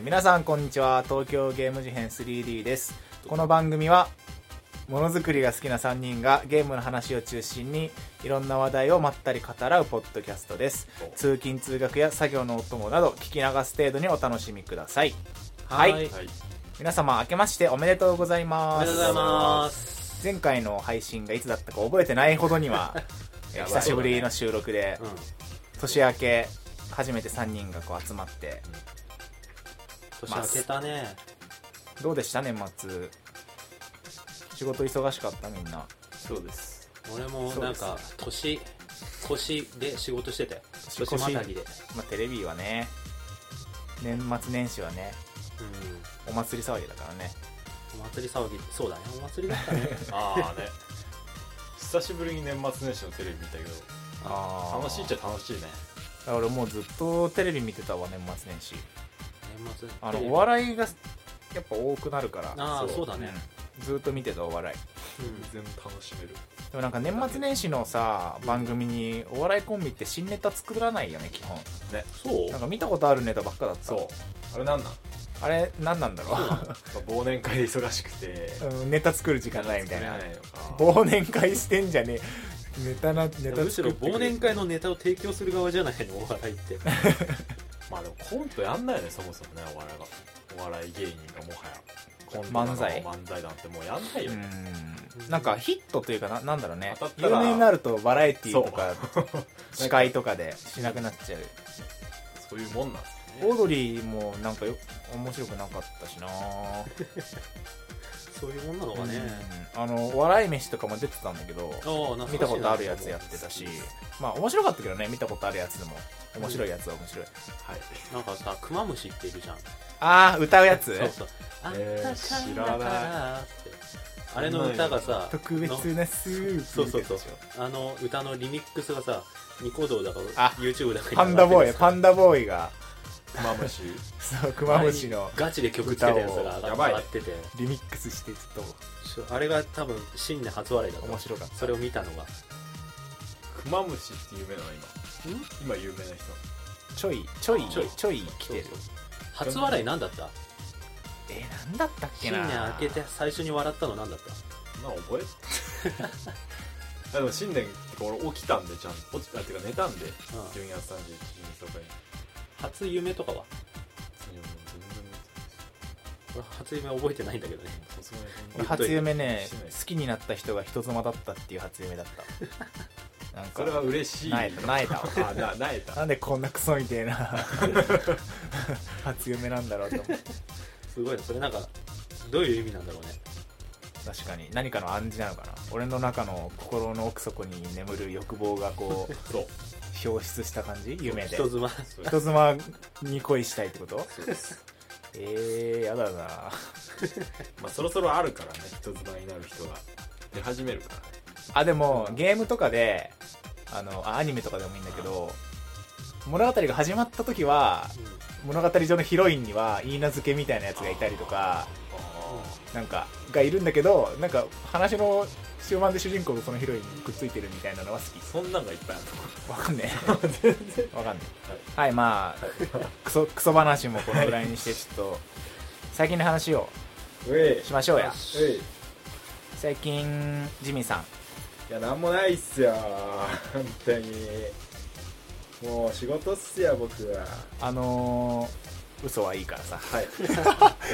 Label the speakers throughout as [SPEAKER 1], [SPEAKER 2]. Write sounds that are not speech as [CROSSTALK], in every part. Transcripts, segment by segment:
[SPEAKER 1] 皆さんこんにちは東京ゲーム事変 3D ですこの番組はものづくりが好きな3人がゲームの話を中心にいろんな話題をまったり語らうポッドキャストです通勤通学や作業のお供など聞き流す程度にお楽しみくださいはい
[SPEAKER 2] はい
[SPEAKER 3] はい。
[SPEAKER 1] 皆様明けましておめでとうござい
[SPEAKER 2] お
[SPEAKER 1] ま
[SPEAKER 2] め
[SPEAKER 1] す
[SPEAKER 2] でとうございます
[SPEAKER 1] 前回の配信がいつだったか覚えてないほどに
[SPEAKER 2] [LAUGHS]
[SPEAKER 1] はえー
[SPEAKER 3] やばい
[SPEAKER 1] 久しぶりの収録で、
[SPEAKER 2] うん
[SPEAKER 1] 年明け初めて3人がこう集まって
[SPEAKER 2] 年明けたね
[SPEAKER 1] どうでした年末仕事忙しかったみんな
[SPEAKER 3] そうです。
[SPEAKER 2] 俺もなんか年年で仕事してて
[SPEAKER 1] 年越し
[SPEAKER 2] 年またぎで
[SPEAKER 1] まあ、テレビはね年末年始はね
[SPEAKER 2] う
[SPEAKER 1] お祭り騒ぎだからね
[SPEAKER 2] んお祭り騒ぎそうだねお祭りだったね
[SPEAKER 3] ああね。久しぶりに年末年始のテレビ見たけど、
[SPEAKER 1] あ
[SPEAKER 3] 楽しいっちゃ楽しいね。
[SPEAKER 1] ゃ俺もうずっとテレビ見てたわ年末年始
[SPEAKER 2] 年末
[SPEAKER 1] あのお笑いがやっぱ多くなるから
[SPEAKER 2] あーそうだね、
[SPEAKER 1] うんずっと見てたお笑い
[SPEAKER 2] うん
[SPEAKER 3] 全部楽しめる。
[SPEAKER 1] でもなんか年末年始のさ番組にお笑いコンビって新ネタ作らないよね基本
[SPEAKER 3] ね。
[SPEAKER 2] そう
[SPEAKER 1] なんか見たことあるネタばっかだった
[SPEAKER 3] そう。あれなんなん
[SPEAKER 1] あれ何なんだろ
[SPEAKER 3] 忘年会忙しくて、
[SPEAKER 1] [LAUGHS] う、うん、ネタ作る時間ないみたいな
[SPEAKER 3] 作れのか
[SPEAKER 1] 忘年会してんじゃねえネタなネタ作ってくれ
[SPEAKER 2] むしろ忘年会のネタを提供する側じゃないのお笑いって
[SPEAKER 3] まあでもコントやんないよね、そもそもね、お笑いが。お笑い芸人がもはや。コント
[SPEAKER 1] 漫才
[SPEAKER 3] 漫才なんてもうやんないよ。
[SPEAKER 1] うんなんかヒットというかななんだろうね
[SPEAKER 3] 当たった
[SPEAKER 1] 有
[SPEAKER 3] ら
[SPEAKER 1] 名になるとバラエティーとか司会とかでしなくなっちゃう
[SPEAKER 3] そういうもんなんです
[SPEAKER 1] オードリーもなんかよ面白くなかったしな
[SPEAKER 2] そういうもんなのがね、
[SPEAKER 1] うんあのお笑い飯とかも出てたんだけど
[SPEAKER 2] ああ懐かしいな
[SPEAKER 1] 見たことあるやつやってたしまあ面白かったけどね見たことあるやつでも面白いやつは面白い、
[SPEAKER 3] はい。
[SPEAKER 2] なんかさクマムシっているじゃんそ
[SPEAKER 1] ああ歌うやつ
[SPEAKER 2] うそうあ
[SPEAKER 3] えー
[SPEAKER 2] ったかいんだからってあれの歌がさ
[SPEAKER 1] 特別なスープ
[SPEAKER 2] そうそうそうあの歌のリミックスがさニコ動だか
[SPEAKER 1] あ
[SPEAKER 2] YouTube だか
[SPEAKER 1] パンダボーイパン
[SPEAKER 2] ダ
[SPEAKER 1] ダボーイが
[SPEAKER 3] クマ [LAUGHS] ムシ。
[SPEAKER 1] そうクマムシの
[SPEAKER 2] ガチで曲つけたやつが上
[SPEAKER 3] 歌を
[SPEAKER 2] が
[SPEAKER 3] や
[SPEAKER 2] 上
[SPEAKER 3] ばい
[SPEAKER 2] がってて
[SPEAKER 1] リミックスしてちょっ
[SPEAKER 2] ちょあれが多分新年初笑いだ
[SPEAKER 1] と
[SPEAKER 2] と
[SPEAKER 1] 面
[SPEAKER 2] 思
[SPEAKER 1] 白かった
[SPEAKER 2] それを見たのがん
[SPEAKER 3] クマムシって有名なの今。今有名な人。
[SPEAKER 1] ちょいちょい
[SPEAKER 2] ちょい
[SPEAKER 1] ちょい来てる
[SPEAKER 2] そうそう初笑いなんだった
[SPEAKER 1] えー、なんだったっけ
[SPEAKER 2] 新
[SPEAKER 1] な
[SPEAKER 2] 年明けて最初に笑ったのなんだった
[SPEAKER 3] まあ覚え [LAUGHS] あでも新年ってか俺起きたんでちゃんと起きたっていうか寝たんで
[SPEAKER 2] うん
[SPEAKER 3] 12月31日とかに
[SPEAKER 2] 初夢とかは
[SPEAKER 3] 全然
[SPEAKER 2] 俺初夢覚えてないんだけどね
[SPEAKER 3] さすがにそん
[SPEAKER 1] 俺
[SPEAKER 3] な
[SPEAKER 2] は
[SPEAKER 1] 初夢ね
[SPEAKER 3] しない
[SPEAKER 1] 好きになった人が人妻だったっていう初夢だったなんか
[SPEAKER 3] それは嬉しい
[SPEAKER 1] なえたなえたわ
[SPEAKER 3] あななえた
[SPEAKER 1] なんでこんなクソみたいな [LAUGHS] 初夢なんだろうと思う
[SPEAKER 2] すごいなそれなんかどういう意味なんだろうね
[SPEAKER 1] 確かに何かの暗示なのかな俺の中の心の奥底に眠る欲望がこう
[SPEAKER 3] そう
[SPEAKER 1] 表出した感じ夢で
[SPEAKER 2] 人妻
[SPEAKER 3] そう
[SPEAKER 1] 人妻に恋したいってこと
[SPEAKER 3] そうです
[SPEAKER 1] えー、やだな
[SPEAKER 3] まあそろそろあるからね人妻になる人が出始めるからね
[SPEAKER 1] あでもゲームとかであのあアニメとかでもいいんだけど物語が始まった時は物語上のヒロインにはいい名付けみたいなやつがいたりとかなんかがいるんだけどなんか話の終盤で主人公がそのヒロインにくっついてるみたいなのは好き
[SPEAKER 3] そんなんがいっぱいある
[SPEAKER 1] わかんね
[SPEAKER 3] の全然
[SPEAKER 1] えわかんねえはいまあクソクソ話もこのぐらいにしてちょっと最近の話を
[SPEAKER 3] うえ
[SPEAKER 1] しましょうや
[SPEAKER 3] うえい
[SPEAKER 1] 最近ジミーさん
[SPEAKER 3] いやなんもないっすよ本当にもう仕事っすよ僕は
[SPEAKER 1] あのー、嘘はいいからさ
[SPEAKER 3] はい。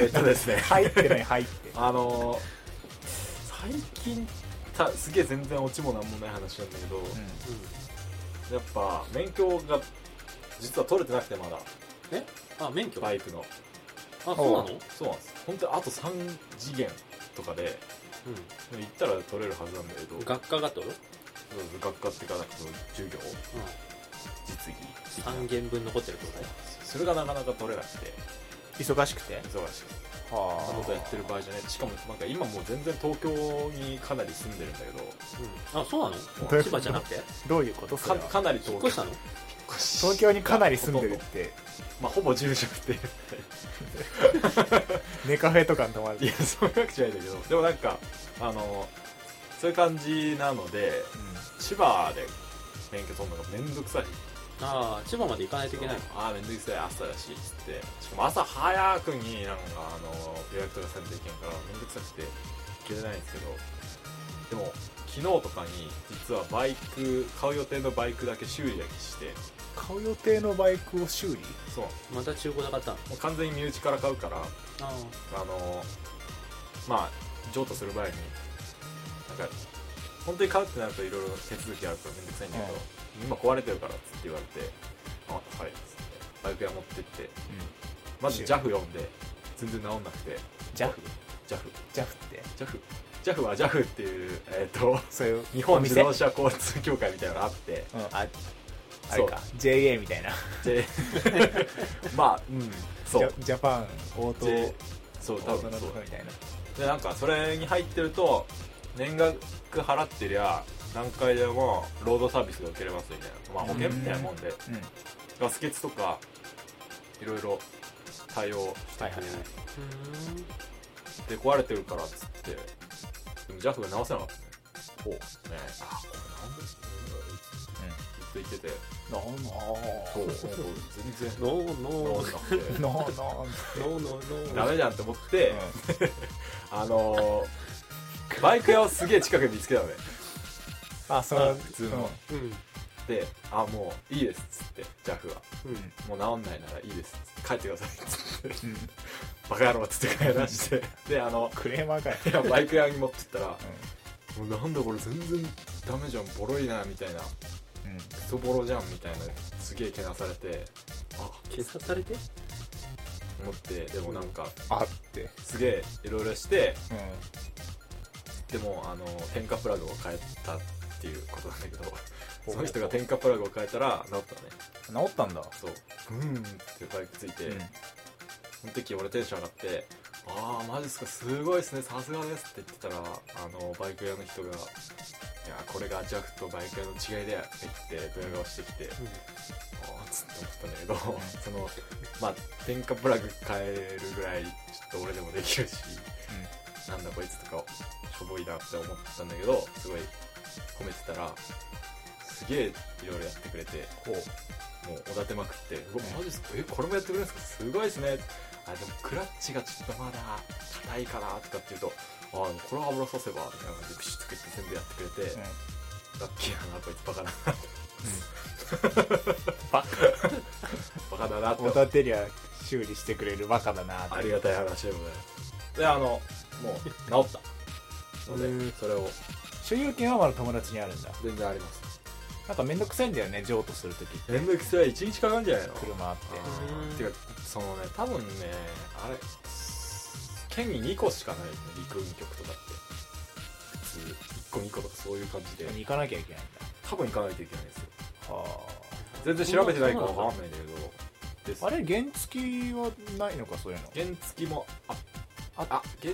[SPEAKER 3] えっとですね。
[SPEAKER 1] 入ってない入って
[SPEAKER 3] あのー最近たすげえ全然オチもなんもない話なんだけど、
[SPEAKER 1] う
[SPEAKER 3] やっぱ免許が実は取れてなくてまだ
[SPEAKER 2] うんえあ免許
[SPEAKER 3] バ
[SPEAKER 2] あ
[SPEAKER 3] イクの。
[SPEAKER 2] そうなの
[SPEAKER 3] そうなんです。本当にあと3次元とかで
[SPEAKER 2] う
[SPEAKER 3] 行ったら取れるはずなんだけど、
[SPEAKER 2] ん学科がってこ
[SPEAKER 3] うん学科っていうかなんかその授業
[SPEAKER 2] とうん
[SPEAKER 3] 実技的な
[SPEAKER 2] 半減分残ってるってことね
[SPEAKER 3] それがなかなか取れなくて
[SPEAKER 1] ん忙しくて
[SPEAKER 3] 忙しくて。そんな
[SPEAKER 1] は
[SPEAKER 3] ことやってる場合じゃない。しかもなんか今もう全然東京にかなり住んでるんだけど。
[SPEAKER 2] あそうな
[SPEAKER 1] どういうこと
[SPEAKER 2] の千葉じゃなくて
[SPEAKER 1] どういうことそ
[SPEAKER 3] か
[SPEAKER 1] れは
[SPEAKER 3] かなり東
[SPEAKER 2] 引っ
[SPEAKER 3] 京
[SPEAKER 2] 越したの
[SPEAKER 1] 東京にかなり住んでるっ
[SPEAKER 3] ほと
[SPEAKER 1] て
[SPEAKER 3] どまあほぼ住職っていう
[SPEAKER 1] ネカフェとかに泊まる
[SPEAKER 3] いやそういうわけじゃないんだけどでもなんかあのそういう感じなので
[SPEAKER 1] う
[SPEAKER 3] 千葉で免許取るのが面倒くさい
[SPEAKER 2] ああ千葉まで行かないといけない
[SPEAKER 3] ああめんどくせえ朝だしっつってしかも朝早くになんかあの予約とかされていけんからめんどくさくて行けてないんですけどでも昨日とかに実はバイク買う予定のバイクだけ修理だけして
[SPEAKER 1] 買う予定のバイクを修理
[SPEAKER 3] そう
[SPEAKER 2] また中古だ買ったの
[SPEAKER 3] もう完全に身内から買うから
[SPEAKER 2] あ
[SPEAKER 3] あのまあ譲渡する前になんか本当に買うってなるといろいろ手続きあるからめんどくさいんだけど、
[SPEAKER 1] うん
[SPEAKER 3] 今壊れてるからっつって言われて「あはい」っつってバイク屋持ってってまず JAF 呼んで全然治んなくて
[SPEAKER 1] JAF
[SPEAKER 3] JAFJAF
[SPEAKER 1] ジャフって
[SPEAKER 3] は JAF っていうえっ、と
[SPEAKER 1] そういう
[SPEAKER 3] 日本自
[SPEAKER 1] 店う
[SPEAKER 3] 動
[SPEAKER 1] ん
[SPEAKER 3] 車交通協会みたいなのがあって
[SPEAKER 1] ああれか JA みたいな
[SPEAKER 3] で [LAUGHS] まあうんそ
[SPEAKER 1] ジ
[SPEAKER 3] う
[SPEAKER 1] ャジャパンオート
[SPEAKER 3] でそう
[SPEAKER 1] オ
[SPEAKER 3] 多
[SPEAKER 1] ート
[SPEAKER 3] 分
[SPEAKER 1] なん
[SPEAKER 3] そ
[SPEAKER 1] と
[SPEAKER 3] う
[SPEAKER 1] かみたいな
[SPEAKER 3] でなんかそれに入ってると年額払ってりゃ何回でもロードサービスが受けれますみたいな、まあ、保険みたいなもんで
[SPEAKER 1] うん
[SPEAKER 3] ガス欠とかいろいろ対応して
[SPEAKER 1] はい
[SPEAKER 3] く
[SPEAKER 1] はいは
[SPEAKER 3] れ
[SPEAKER 1] い
[SPEAKER 2] あうん
[SPEAKER 3] で壊れてるからっつってでも JAF が直せなかったね
[SPEAKER 1] おう
[SPEAKER 3] ねあこれなんでずっと言ってて
[SPEAKER 1] うん
[SPEAKER 3] そう
[SPEAKER 1] な
[SPEAKER 3] 全然
[SPEAKER 2] ノー [LAUGHS] ノー
[SPEAKER 3] 直んなくて
[SPEAKER 1] あなあなあ
[SPEAKER 2] ノーノー
[SPEAKER 3] ダ
[SPEAKER 2] ノー
[SPEAKER 3] メじゃんって思って、
[SPEAKER 1] うん
[SPEAKER 3] あのーバイク屋をすげえ近くに見つけたのね
[SPEAKER 1] あその
[SPEAKER 3] 普通の
[SPEAKER 2] うん
[SPEAKER 3] で「あもういいです」っつって JAF は
[SPEAKER 2] うん
[SPEAKER 3] もう治んないならいいです帰ってくださいっつって
[SPEAKER 1] うんうん
[SPEAKER 3] バカ野郎っつって帰らしてであの
[SPEAKER 1] クレーマーかよ
[SPEAKER 3] いやバイク屋に持ってったら「もうなんだこれ全然ダメじゃんボロいな」みたいな
[SPEAKER 1] うんうん
[SPEAKER 3] 「クソボロじゃん」みたいなすげえけなされてあ
[SPEAKER 2] 警察されて
[SPEAKER 3] 思ってでもなんか
[SPEAKER 1] あって
[SPEAKER 3] すげえいろいろして
[SPEAKER 1] うん
[SPEAKER 3] でもあの添加プラグを変えたっていうことなんだけどその人が添加プラグを変えたら治ったね
[SPEAKER 1] 治ったんだ
[SPEAKER 3] そううんってバイクついて、
[SPEAKER 1] うん
[SPEAKER 3] その時俺テンション上がって「ああマジですかすごいですねさすがです」って言ってたらあのバイク屋の人が「いやこれがジャフとバイク屋の違いだよ」って言ってドヤ顔してきて「ああ」っつって思ったんだけど [LAUGHS] そのまあ添加プラグ変えるぐらいちょっと俺でもできるしなんだこいつとかしょぼいなって思ってたんだけどすごい褒めてたらすげえいろいろやってくれて
[SPEAKER 1] こう
[SPEAKER 3] もうおだてまくって「うわマジですかえこれもやってくれるんですかすごいですね」あでもクラッチがちょっとまだ硬いかなとかっていうと「あこれは油させば」みたいな感じでピシッと切って全部やってくれて、
[SPEAKER 1] うん
[SPEAKER 3] ラッキーだなこいつバカだな [LAUGHS] バカだなって
[SPEAKER 1] おだてりゃ修理してくれるバカだな
[SPEAKER 3] ありがたい話でございますであのもう治ったの
[SPEAKER 1] う
[SPEAKER 3] で
[SPEAKER 1] ん
[SPEAKER 3] それを
[SPEAKER 1] 所有権はまだ友達にあるんだ
[SPEAKER 3] 全然あります
[SPEAKER 1] なんかめんどくさいんだよね譲渡するとき
[SPEAKER 3] めんどくさい1日かかんじゃないの
[SPEAKER 1] 車あって
[SPEAKER 2] うん
[SPEAKER 3] てかそのね多分ねあれ県に2個しかないよね陸運局とかって普通1個2個とかそういう感じで
[SPEAKER 1] 行かなきゃいけないん
[SPEAKER 3] 多分行かないといけないんですよ
[SPEAKER 1] だは
[SPEAKER 3] 全然調べてないからわかんないんだけどです
[SPEAKER 1] ああれ原付はないのかそういうの
[SPEAKER 3] 原付もあああ原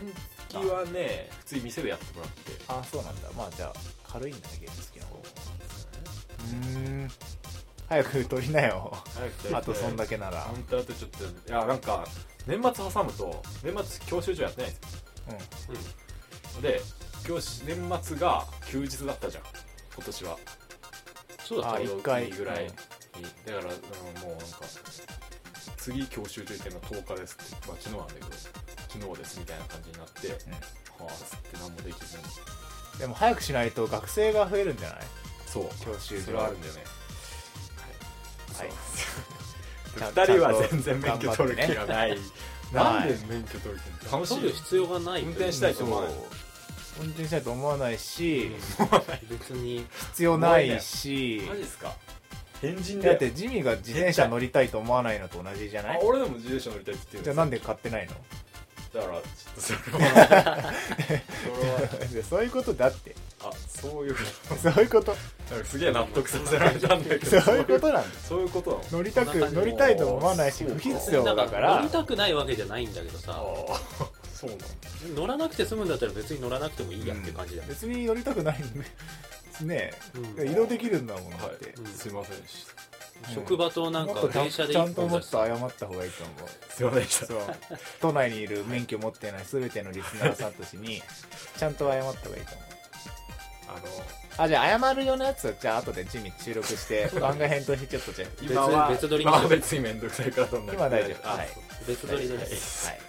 [SPEAKER 3] 付はね普通に店でやってもらって
[SPEAKER 1] あそうなんだまあじゃあ軽いんだね原付の方うん早く取りなよ
[SPEAKER 3] 早くて
[SPEAKER 1] あと [LAUGHS] そんだけなら
[SPEAKER 3] カウンターとちょっといやなんか年末挟むと年末教習所やってないんです
[SPEAKER 1] う
[SPEAKER 3] よで教師年末が休日だったじゃん今年は
[SPEAKER 2] そうだ
[SPEAKER 1] あ
[SPEAKER 2] った
[SPEAKER 3] ちょうど
[SPEAKER 1] 一回
[SPEAKER 3] いいぐらいに
[SPEAKER 1] うん
[SPEAKER 3] だから、うんもうなんか次教習所行っての10日ですって、まあ、昨日なんだけど昨日ですみたいな感じになって、はあつって何もできずに
[SPEAKER 1] んでも早くしないと学生が増えるんじゃない
[SPEAKER 3] そう
[SPEAKER 1] 教習
[SPEAKER 3] そ
[SPEAKER 1] 所
[SPEAKER 3] れはあるんだよね
[SPEAKER 1] はいちゃん
[SPEAKER 3] 2人は全然免許取る気
[SPEAKER 1] ちゃ
[SPEAKER 3] が
[SPEAKER 1] んと頑張ってね
[SPEAKER 3] ない、なんで免許取る気が楽し
[SPEAKER 2] 取
[SPEAKER 3] いよ
[SPEAKER 2] る必要がない
[SPEAKER 3] 運転したいと思わない
[SPEAKER 1] 運転したいと思わないし
[SPEAKER 2] 別に
[SPEAKER 1] 必要ないし
[SPEAKER 3] マジですか変人だ
[SPEAKER 1] だ
[SPEAKER 3] よ
[SPEAKER 1] ってジミーが自転車乗りたいと思わないのと同じじゃな
[SPEAKER 3] あ
[SPEAKER 1] い
[SPEAKER 3] 俺でも自転車乗りたいって言ってる
[SPEAKER 1] じゃあなんで買ってないの
[SPEAKER 3] だからちょっとそ [LAUGHS] れはそれは
[SPEAKER 1] そういうことだって
[SPEAKER 3] あそういうこと
[SPEAKER 1] そういうこと
[SPEAKER 3] なんかすげえ納得させられたんだけど
[SPEAKER 1] そういうことなんです
[SPEAKER 3] そういうことなの
[SPEAKER 1] 乗りたく
[SPEAKER 2] そんな感じ
[SPEAKER 1] 乗りたいとも思わないし
[SPEAKER 3] そう
[SPEAKER 1] 不必要
[SPEAKER 2] だ
[SPEAKER 1] だ
[SPEAKER 2] か
[SPEAKER 1] からら
[SPEAKER 2] 乗りたくないわけじゃないんだけどさ
[SPEAKER 3] ああそうなんだ
[SPEAKER 2] 乗らなくて済むんだったら別に乗らなくてもいいやっていう感じだよね
[SPEAKER 1] 別に乗りたくないんでね
[SPEAKER 2] うん
[SPEAKER 1] え移動できるんだもんだって、
[SPEAKER 3] はい
[SPEAKER 2] うん
[SPEAKER 3] すいませんでし
[SPEAKER 2] 職場となんか
[SPEAKER 1] もっと
[SPEAKER 2] 電車で
[SPEAKER 1] ちゃ
[SPEAKER 2] 一
[SPEAKER 1] んと
[SPEAKER 2] 本
[SPEAKER 1] も
[SPEAKER 2] だ
[SPEAKER 1] っ
[SPEAKER 2] し
[SPEAKER 1] と謝った方がいいと思う
[SPEAKER 3] たすいませんでした
[SPEAKER 1] そう都内にいる免許持ってない全てのリスナーさんたちにちゃんと謝った方がいいと思う
[SPEAKER 3] あの
[SPEAKER 1] あじゃあ謝るようなやつはじゃあ後でジミー収録して番外編としてちょっとじゃあ
[SPEAKER 3] 今は
[SPEAKER 2] 別撮りに
[SPEAKER 3] 今は別に面倒くさいからどんな
[SPEAKER 1] 今は大丈夫
[SPEAKER 3] あ
[SPEAKER 1] はい
[SPEAKER 2] 別撮りです
[SPEAKER 1] はい、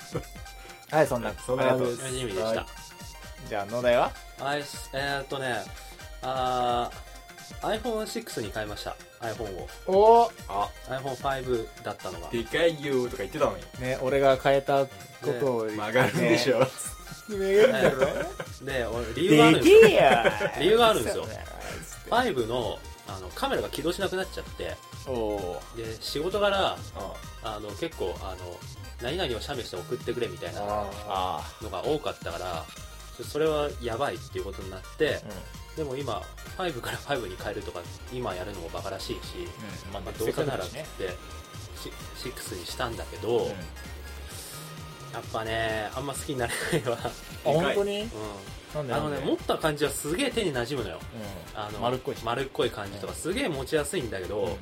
[SPEAKER 1] はい、そんな
[SPEAKER 4] そんな
[SPEAKER 1] ありがと
[SPEAKER 4] 感
[SPEAKER 1] う
[SPEAKER 4] じ
[SPEAKER 2] 楽しみでした
[SPEAKER 1] じゃあ農大は
[SPEAKER 2] はいえーっとねあー iPhone6 に変えました iPhone を
[SPEAKER 1] おお、
[SPEAKER 3] あ
[SPEAKER 2] iPhone5 だったのが
[SPEAKER 3] でかいよーとか言ってたのに
[SPEAKER 1] ね、俺が変えたことを、ね
[SPEAKER 3] 曲がるでし
[SPEAKER 1] ょ
[SPEAKER 3] ょ
[SPEAKER 1] めるんだろ
[SPEAKER 2] で俺理由があ
[SPEAKER 1] でけ
[SPEAKER 2] るんですよ
[SPEAKER 1] えや
[SPEAKER 2] 理由があるんですよ
[SPEAKER 1] そうだよ
[SPEAKER 2] 5のあのカメラが起動しなくなっちゃって
[SPEAKER 1] おお
[SPEAKER 2] で仕事柄
[SPEAKER 3] あ
[SPEAKER 2] あの結構あの何々を写メして送ってくれみたいな
[SPEAKER 3] あ
[SPEAKER 1] あ
[SPEAKER 2] のが多かったからそそれはやばいっていうことになって
[SPEAKER 1] あうん
[SPEAKER 2] でも今5から5に変えるとか今やるのもバカらしいし、
[SPEAKER 1] うんま
[SPEAKER 2] ま
[SPEAKER 1] あ
[SPEAKER 2] あ、どうせなら
[SPEAKER 1] せっかくだ
[SPEAKER 2] っ
[SPEAKER 1] し
[SPEAKER 2] つ
[SPEAKER 1] ね
[SPEAKER 2] ってし6にしたんだけど、
[SPEAKER 1] うん
[SPEAKER 2] やっぱねあんま好きになれないわ、
[SPEAKER 1] あ本当になん
[SPEAKER 2] うん、
[SPEAKER 1] で
[SPEAKER 2] あ
[SPEAKER 1] な
[SPEAKER 2] の
[SPEAKER 1] んで
[SPEAKER 2] ね持った感じはすげえ手に馴染むのよ
[SPEAKER 1] う
[SPEAKER 2] あの
[SPEAKER 1] 丸っこいし
[SPEAKER 2] 丸っこい感じとかすげえ持ちやすいんだけど、
[SPEAKER 1] んうん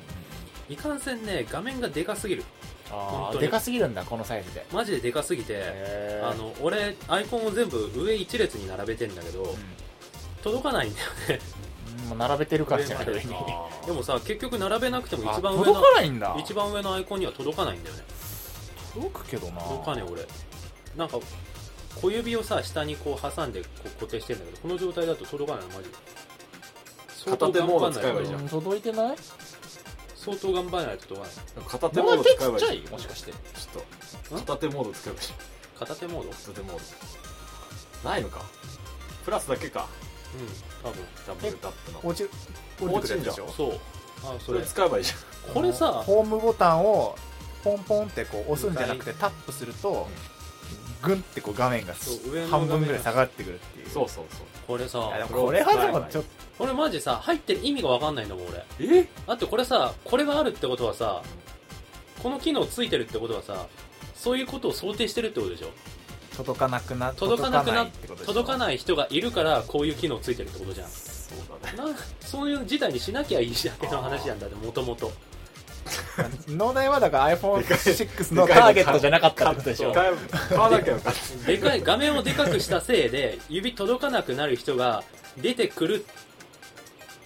[SPEAKER 2] いかんせんね画面がでかすぎる
[SPEAKER 1] あ
[SPEAKER 2] 本
[SPEAKER 1] あ
[SPEAKER 2] 当に
[SPEAKER 1] でかすぎるんだこのサイズで
[SPEAKER 2] マジででかすぎて
[SPEAKER 1] へー
[SPEAKER 2] あの俺アイコンを全部上一列に並べてんだけど、届かないんだよ
[SPEAKER 1] [LAUGHS]
[SPEAKER 2] ね
[SPEAKER 1] うんもう並べてるからじゃない
[SPEAKER 2] 上ま
[SPEAKER 1] 上 [LAUGHS]
[SPEAKER 2] で
[SPEAKER 1] に
[SPEAKER 3] あ
[SPEAKER 2] でもさ結局並べなくても
[SPEAKER 1] あ
[SPEAKER 2] 一番上
[SPEAKER 1] 届
[SPEAKER 2] の
[SPEAKER 1] かないんだ
[SPEAKER 2] 一番上のアイコンには届かないんだよね
[SPEAKER 1] 届くけどな
[SPEAKER 2] 届かねえ俺なんか小指をさ下にこう挟んでこう固定してんだけどこの状態だと届かないのマジで相当
[SPEAKER 3] 片手
[SPEAKER 2] 頑
[SPEAKER 3] モー
[SPEAKER 2] 張
[SPEAKER 3] ド
[SPEAKER 2] んない
[SPEAKER 3] 使えばいいじゃ
[SPEAKER 1] うん届いてない
[SPEAKER 2] 相当頑張らないと届かない
[SPEAKER 3] 片手
[SPEAKER 1] で
[SPEAKER 3] モー
[SPEAKER 1] も
[SPEAKER 3] ド
[SPEAKER 1] 手
[SPEAKER 3] 使え
[SPEAKER 1] ち
[SPEAKER 3] ば
[SPEAKER 1] っ
[SPEAKER 3] い
[SPEAKER 1] ちゃ
[SPEAKER 3] い
[SPEAKER 1] いもしかして
[SPEAKER 3] ちょっと片手モード使えばいい
[SPEAKER 2] 片手モードうん
[SPEAKER 3] 片手モードないのかプラスだけか
[SPEAKER 2] 多分
[SPEAKER 3] ダブルタップの
[SPEAKER 1] 落ちる
[SPEAKER 3] 落ち
[SPEAKER 1] て
[SPEAKER 3] る
[SPEAKER 1] く
[SPEAKER 3] ん
[SPEAKER 1] るで
[SPEAKER 3] じゃん
[SPEAKER 1] しょ
[SPEAKER 2] そうあそ
[SPEAKER 3] そ
[SPEAKER 2] れ
[SPEAKER 3] れ使えばいいじ
[SPEAKER 2] これさ
[SPEAKER 1] ホームボタンをポンポンってこう押すんじゃなくてタップするとグンってこう画面が
[SPEAKER 2] そう上の
[SPEAKER 1] 半分ぐらい下がってくるってい
[SPEAKER 3] ゃ
[SPEAKER 1] うん
[SPEAKER 3] そうそうそう
[SPEAKER 2] これさ
[SPEAKER 1] いやでもこれはでもちょっ
[SPEAKER 2] 俺マジさ入ってる意味が分かんないんだもん俺
[SPEAKER 3] え
[SPEAKER 2] だってこれさこれがあるってことはさこの機能ついてるってことはさそういうことを想定してるってことでしょ
[SPEAKER 1] と届かなくな
[SPEAKER 2] 届かなくな
[SPEAKER 1] ってことでしょ
[SPEAKER 2] 届かない人がいるからこういう機能ついてるってことじゃん
[SPEAKER 3] そうだね
[SPEAKER 2] なそういう事態にしなきゃいいだけの話なんだってもともと
[SPEAKER 1] 農大はだから iPhone6 の
[SPEAKER 3] で
[SPEAKER 1] タ
[SPEAKER 3] か
[SPEAKER 1] ー
[SPEAKER 3] い
[SPEAKER 1] ゲットじゃなかったってことでしょ
[SPEAKER 3] 買え買わなきゃよかっ [LAUGHS]
[SPEAKER 2] でかい画面をでかくしたせいで指届かなくなる人が出てくる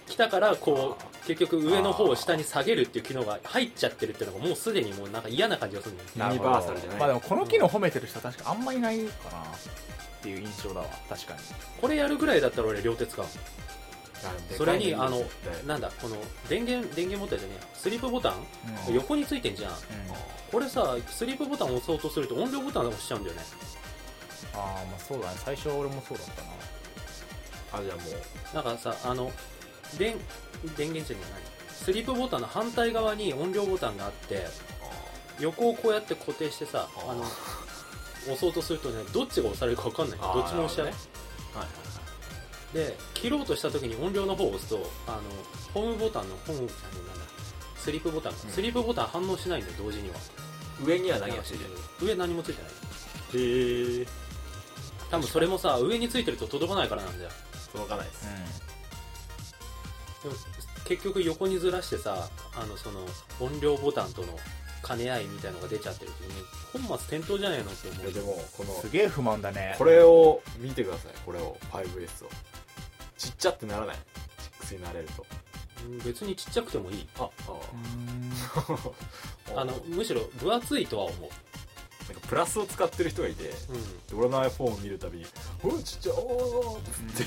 [SPEAKER 2] 来たからこう結局上の方を下に下げるっていう機能が入っちゃってるっていうのがもうすでにもうなんか嫌な感じがするんだよ
[SPEAKER 3] たユニバーサルじゃない
[SPEAKER 1] まあでもこの機能褒めてる人確かあんまいないかなっていう印象だわ確かに
[SPEAKER 2] これやるぐらいだったら俺両手使うそれにあのなんだこの電源電源ボタンじゃねえやスリープボタン
[SPEAKER 1] うん
[SPEAKER 2] 横についてんじゃん
[SPEAKER 1] うんあ
[SPEAKER 2] これさスリープボタンを押そうとすると音量ボタンを押しちゃうんだよね
[SPEAKER 1] あまあそうだね最初は俺もそうだったな
[SPEAKER 3] あじゃあもう
[SPEAKER 2] なんかさあの電電源じゃないスリープボタンの反対側に音量ボタンがあって横をこうやって固定してさ
[SPEAKER 3] あー
[SPEAKER 2] あの押そうとするとねどっちが押されるか分かんない
[SPEAKER 3] あー
[SPEAKER 2] どっちも押しちゃう、
[SPEAKER 3] なるはい
[SPEAKER 2] で切ろうとした時に音量の方を押すとあのホームボタンのホームじゃねえなんだスリープボタンか、
[SPEAKER 3] うん
[SPEAKER 2] スリープボタン反応しないんで同時には
[SPEAKER 3] 上には何がついて
[SPEAKER 2] 上何もついてない
[SPEAKER 3] るへえ
[SPEAKER 2] 多分それもさ上についてると届かないからなんだよ
[SPEAKER 3] 届かないです
[SPEAKER 2] でも結局横にずらしてさあのその音量ボタンとの兼ね合いみたいのが出ちゃってるとね本末転倒じゃないのって思
[SPEAKER 3] いやで
[SPEAKER 2] う
[SPEAKER 3] もこの
[SPEAKER 1] うんすげえ不満だね
[SPEAKER 3] これを見てくださいこれを 5S をちっちゃってならない6になれると
[SPEAKER 2] うん別にちっちゃくてもいい
[SPEAKER 3] あ
[SPEAKER 1] うーん
[SPEAKER 3] [LAUGHS] あ
[SPEAKER 2] あのむしろ分厚いとは思
[SPEAKER 3] なんかプラスを使ってる人がいて
[SPEAKER 2] う、うん、
[SPEAKER 3] で俺の iPhone を見るたびに「うんちっちゃおーって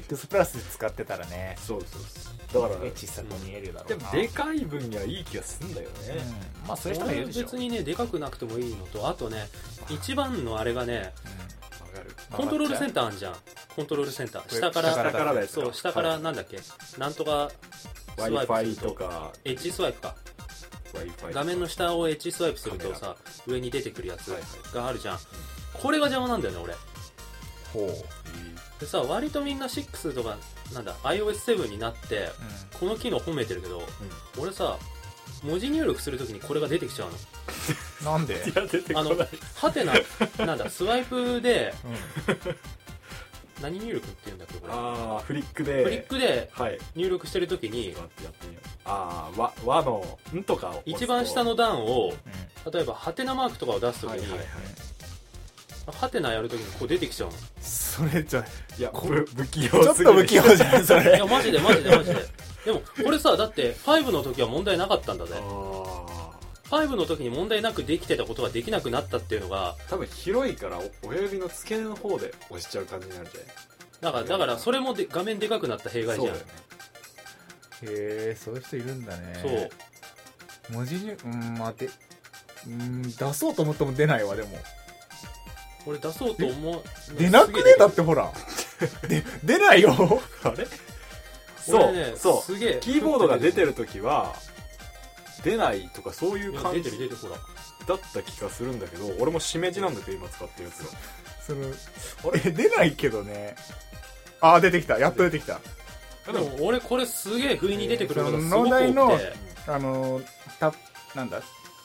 [SPEAKER 1] 6プラス使ってたらね
[SPEAKER 3] そうそうそうだから
[SPEAKER 1] すげえ小さく見えるだろ
[SPEAKER 3] で
[SPEAKER 1] うな
[SPEAKER 3] もでかい分にはいい気がすんだよ
[SPEAKER 1] う
[SPEAKER 3] ね、
[SPEAKER 1] んまあそういう人がいるでしょ
[SPEAKER 2] 俺は別にねでかくなくてもいいのとあとね一番のあれがね
[SPEAKER 1] う
[SPEAKER 3] わかる
[SPEAKER 1] ん
[SPEAKER 2] コントロールセンターあんじゃんコントロールセンター下から
[SPEAKER 3] 下からだよ
[SPEAKER 2] そう下からなんだっけ、なんとかスワ
[SPEAKER 3] w
[SPEAKER 2] イ
[SPEAKER 3] i f
[SPEAKER 2] プ
[SPEAKER 3] i
[SPEAKER 2] する
[SPEAKER 3] とか
[SPEAKER 2] エッジスワイプか
[SPEAKER 3] w i f i
[SPEAKER 2] 画面の下をエッジスワイプするとさ上に出てくるやつがあるじゃん、これが邪魔なんだよね俺
[SPEAKER 1] ほう
[SPEAKER 2] でさ割とみんな6とかなんだ iOS7 になってこの機能褒めてるけど、 [LAUGHS] 俺さ文字入力するときにこれが出てきちゃうの
[SPEAKER 1] なんで
[SPEAKER 3] いや出て
[SPEAKER 2] あのハテナ [LAUGHS] なんだスワイプで何入力って言うんだっけこれ
[SPEAKER 3] ああフリッ
[SPEAKER 2] ク
[SPEAKER 3] ク
[SPEAKER 2] リッ
[SPEAKER 3] で
[SPEAKER 2] クで
[SPEAKER 3] はい
[SPEAKER 2] 入力してるときに
[SPEAKER 3] 待ってやってみようああ和和の「ん」とかを押すと
[SPEAKER 2] 一番下の段を
[SPEAKER 1] うん
[SPEAKER 2] 例えばハテナマークとかを出すとき
[SPEAKER 3] はいはい
[SPEAKER 2] に
[SPEAKER 3] はい
[SPEAKER 2] ハテナやるときにこう出てきちゃうの
[SPEAKER 1] そそれちょ
[SPEAKER 3] いや
[SPEAKER 1] こ
[SPEAKER 3] ぶ不器
[SPEAKER 1] ちょ
[SPEAKER 3] 用
[SPEAKER 1] っ
[SPEAKER 3] すぎ
[SPEAKER 1] と
[SPEAKER 3] る
[SPEAKER 1] 不器用じゃんそ
[SPEAKER 2] い [LAUGHS]
[SPEAKER 1] れ
[SPEAKER 2] やマジでマジでマジででもこれさだって5の時は問題なかったんだぜ
[SPEAKER 3] あー
[SPEAKER 2] 5の時に問題なくできてたことができなくなったっていうのが
[SPEAKER 3] 多分広いからお親指の付け根の方で押しちゃう感じになるじ
[SPEAKER 2] なんかだからそれもで画面でかくなった弊
[SPEAKER 3] ゃん
[SPEAKER 2] 害じゃん
[SPEAKER 3] ね
[SPEAKER 1] へえそういう人いるんだね
[SPEAKER 2] そう,、
[SPEAKER 1] 文字順うん待てうん出そうと思っても出ないわでも
[SPEAKER 2] 俺出そうと思う
[SPEAKER 1] 出なくねだってほらで出ないよ
[SPEAKER 3] あれ
[SPEAKER 2] そ
[SPEAKER 3] そうう、
[SPEAKER 2] ね、
[SPEAKER 3] そう
[SPEAKER 2] すげえ
[SPEAKER 3] キーボードが出てる時は出ないとかそういう
[SPEAKER 2] いや出
[SPEAKER 3] 感
[SPEAKER 2] てる
[SPEAKER 3] じ
[SPEAKER 2] 出てるほら
[SPEAKER 3] だった気がするんだけど俺もしめじなんだけど今使ってるやつが
[SPEAKER 1] そのえ出ないけどねああ出てきたやっと出てきた
[SPEAKER 2] でも俺これすげえ不意に出てくるのがす
[SPEAKER 1] そ
[SPEAKER 2] ご
[SPEAKER 1] の
[SPEAKER 2] く
[SPEAKER 1] 脳
[SPEAKER 2] 多く
[SPEAKER 1] 内
[SPEAKER 2] て
[SPEAKER 1] のあのたなんだ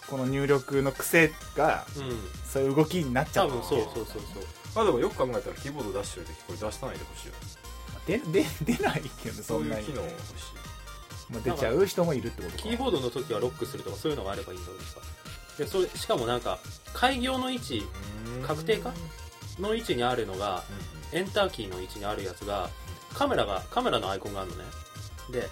[SPEAKER 1] この入力の癖が
[SPEAKER 2] うん
[SPEAKER 1] そういう動きになっちゃ
[SPEAKER 2] 多
[SPEAKER 1] った
[SPEAKER 2] 分そうそうそうそう
[SPEAKER 3] まあでもよく考えたらキーボード出してる時これ出したないでほしいよ
[SPEAKER 1] でで出ないけどそ
[SPEAKER 3] そうんい
[SPEAKER 1] な
[SPEAKER 3] う
[SPEAKER 1] に
[SPEAKER 3] 機能
[SPEAKER 1] も
[SPEAKER 3] 欲し
[SPEAKER 1] う出ちゃう人もいるってことか
[SPEAKER 2] キーボードの時はロックするとかそういうのがあればいいんだろうかでそれしかもなんか開業の位置
[SPEAKER 3] い
[SPEAKER 2] 確定かの位置にあるのが
[SPEAKER 3] う
[SPEAKER 2] エンターキーの位置にあるやつがカメラがカメラのアイコンがあるのねで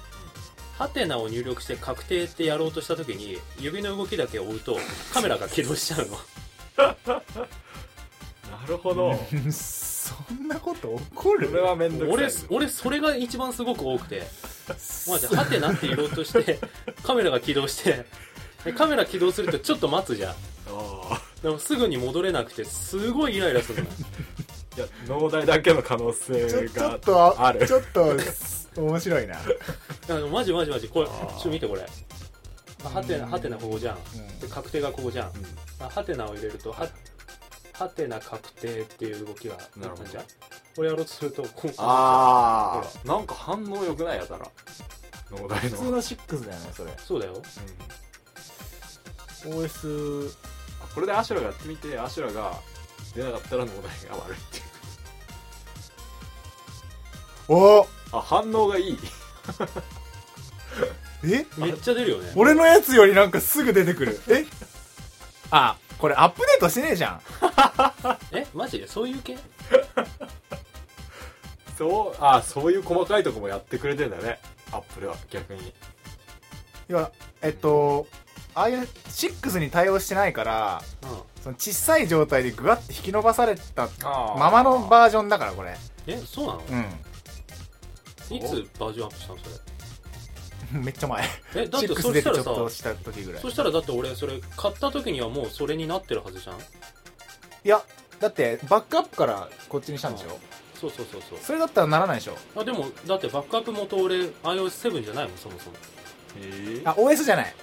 [SPEAKER 2] ハテナを入力して確定ってやろうとした時に指の動きだけ追うとカメラが起動しちゃ
[SPEAKER 3] [LAUGHS]
[SPEAKER 2] うの
[SPEAKER 3] んなるほどこ
[SPEAKER 1] うんそんなこと起こる
[SPEAKER 3] れは面倒く
[SPEAKER 2] 俺
[SPEAKER 3] さいね
[SPEAKER 2] 俺それが一番すごく多くてマジでハテナって言おうと
[SPEAKER 3] [LAUGHS]
[SPEAKER 2] してカメラが起動してでカメラ起動するとちょっと待つじゃん
[SPEAKER 3] あ
[SPEAKER 2] でもすぐに戻れなくてすごいイライラするの
[SPEAKER 3] あいや脳内だけの可能性
[SPEAKER 1] ちょちょ
[SPEAKER 3] が
[SPEAKER 1] っと
[SPEAKER 3] ある
[SPEAKER 1] ちょっとす面白いな、
[SPEAKER 2] いやでもマジマジマジこれ
[SPEAKER 3] あ
[SPEAKER 2] ち
[SPEAKER 3] ー
[SPEAKER 2] ょっと見てこれあハテナ
[SPEAKER 1] うん
[SPEAKER 2] ハテナここじゃんで
[SPEAKER 1] う
[SPEAKER 2] 確定がここじゃん
[SPEAKER 3] うん
[SPEAKER 2] あハテナを入れるとハハテナ確定っていう動きが
[SPEAKER 3] なるほど
[SPEAKER 2] じゃんこれやろうとするとこう
[SPEAKER 3] ああなんか反応良くないやたら脳内
[SPEAKER 1] ん、普
[SPEAKER 3] の
[SPEAKER 1] 通の6だよねそれ
[SPEAKER 2] そうだよ
[SPEAKER 3] うん
[SPEAKER 1] OS
[SPEAKER 3] あこれでアシュラがやってみてアシュラが出なかったら脳内が悪いっていう
[SPEAKER 1] お
[SPEAKER 3] あ反応がいい
[SPEAKER 1] え
[SPEAKER 2] めっちゃ出るよね
[SPEAKER 1] 俺のやつよりなんかすぐ出てくるえあこれアップデートしてねえじゃん
[SPEAKER 2] えマジでそういう系
[SPEAKER 3] そうあそういう細かいとこもやってくれてんだねアップルは逆に
[SPEAKER 1] いやえっとああいう6に対応してないから
[SPEAKER 2] うん
[SPEAKER 1] その小さい状態でグワッて引き伸ばされた
[SPEAKER 3] あ
[SPEAKER 1] ままのバージョンだからこれ
[SPEAKER 2] えそうなの
[SPEAKER 1] う
[SPEAKER 2] いつバージョンアップしたの
[SPEAKER 1] ん [LAUGHS] めっちゃ前
[SPEAKER 2] それえだって
[SPEAKER 1] 6
[SPEAKER 2] そ
[SPEAKER 1] 出てち
[SPEAKER 2] した
[SPEAKER 1] ょ
[SPEAKER 2] ら
[SPEAKER 1] っと
[SPEAKER 2] さ
[SPEAKER 1] した時ぐらい
[SPEAKER 2] そしたらだって俺それ買った時にはもうそれになってるはずじゃん
[SPEAKER 1] いやだってバックアップからこっちにしたんでしょ
[SPEAKER 2] そうそうそうそう
[SPEAKER 1] それだったらならないでしょ
[SPEAKER 2] あでもだってバックアップ元俺 iOS7 じゃないもんそもそも
[SPEAKER 3] えー
[SPEAKER 1] あ OS じゃない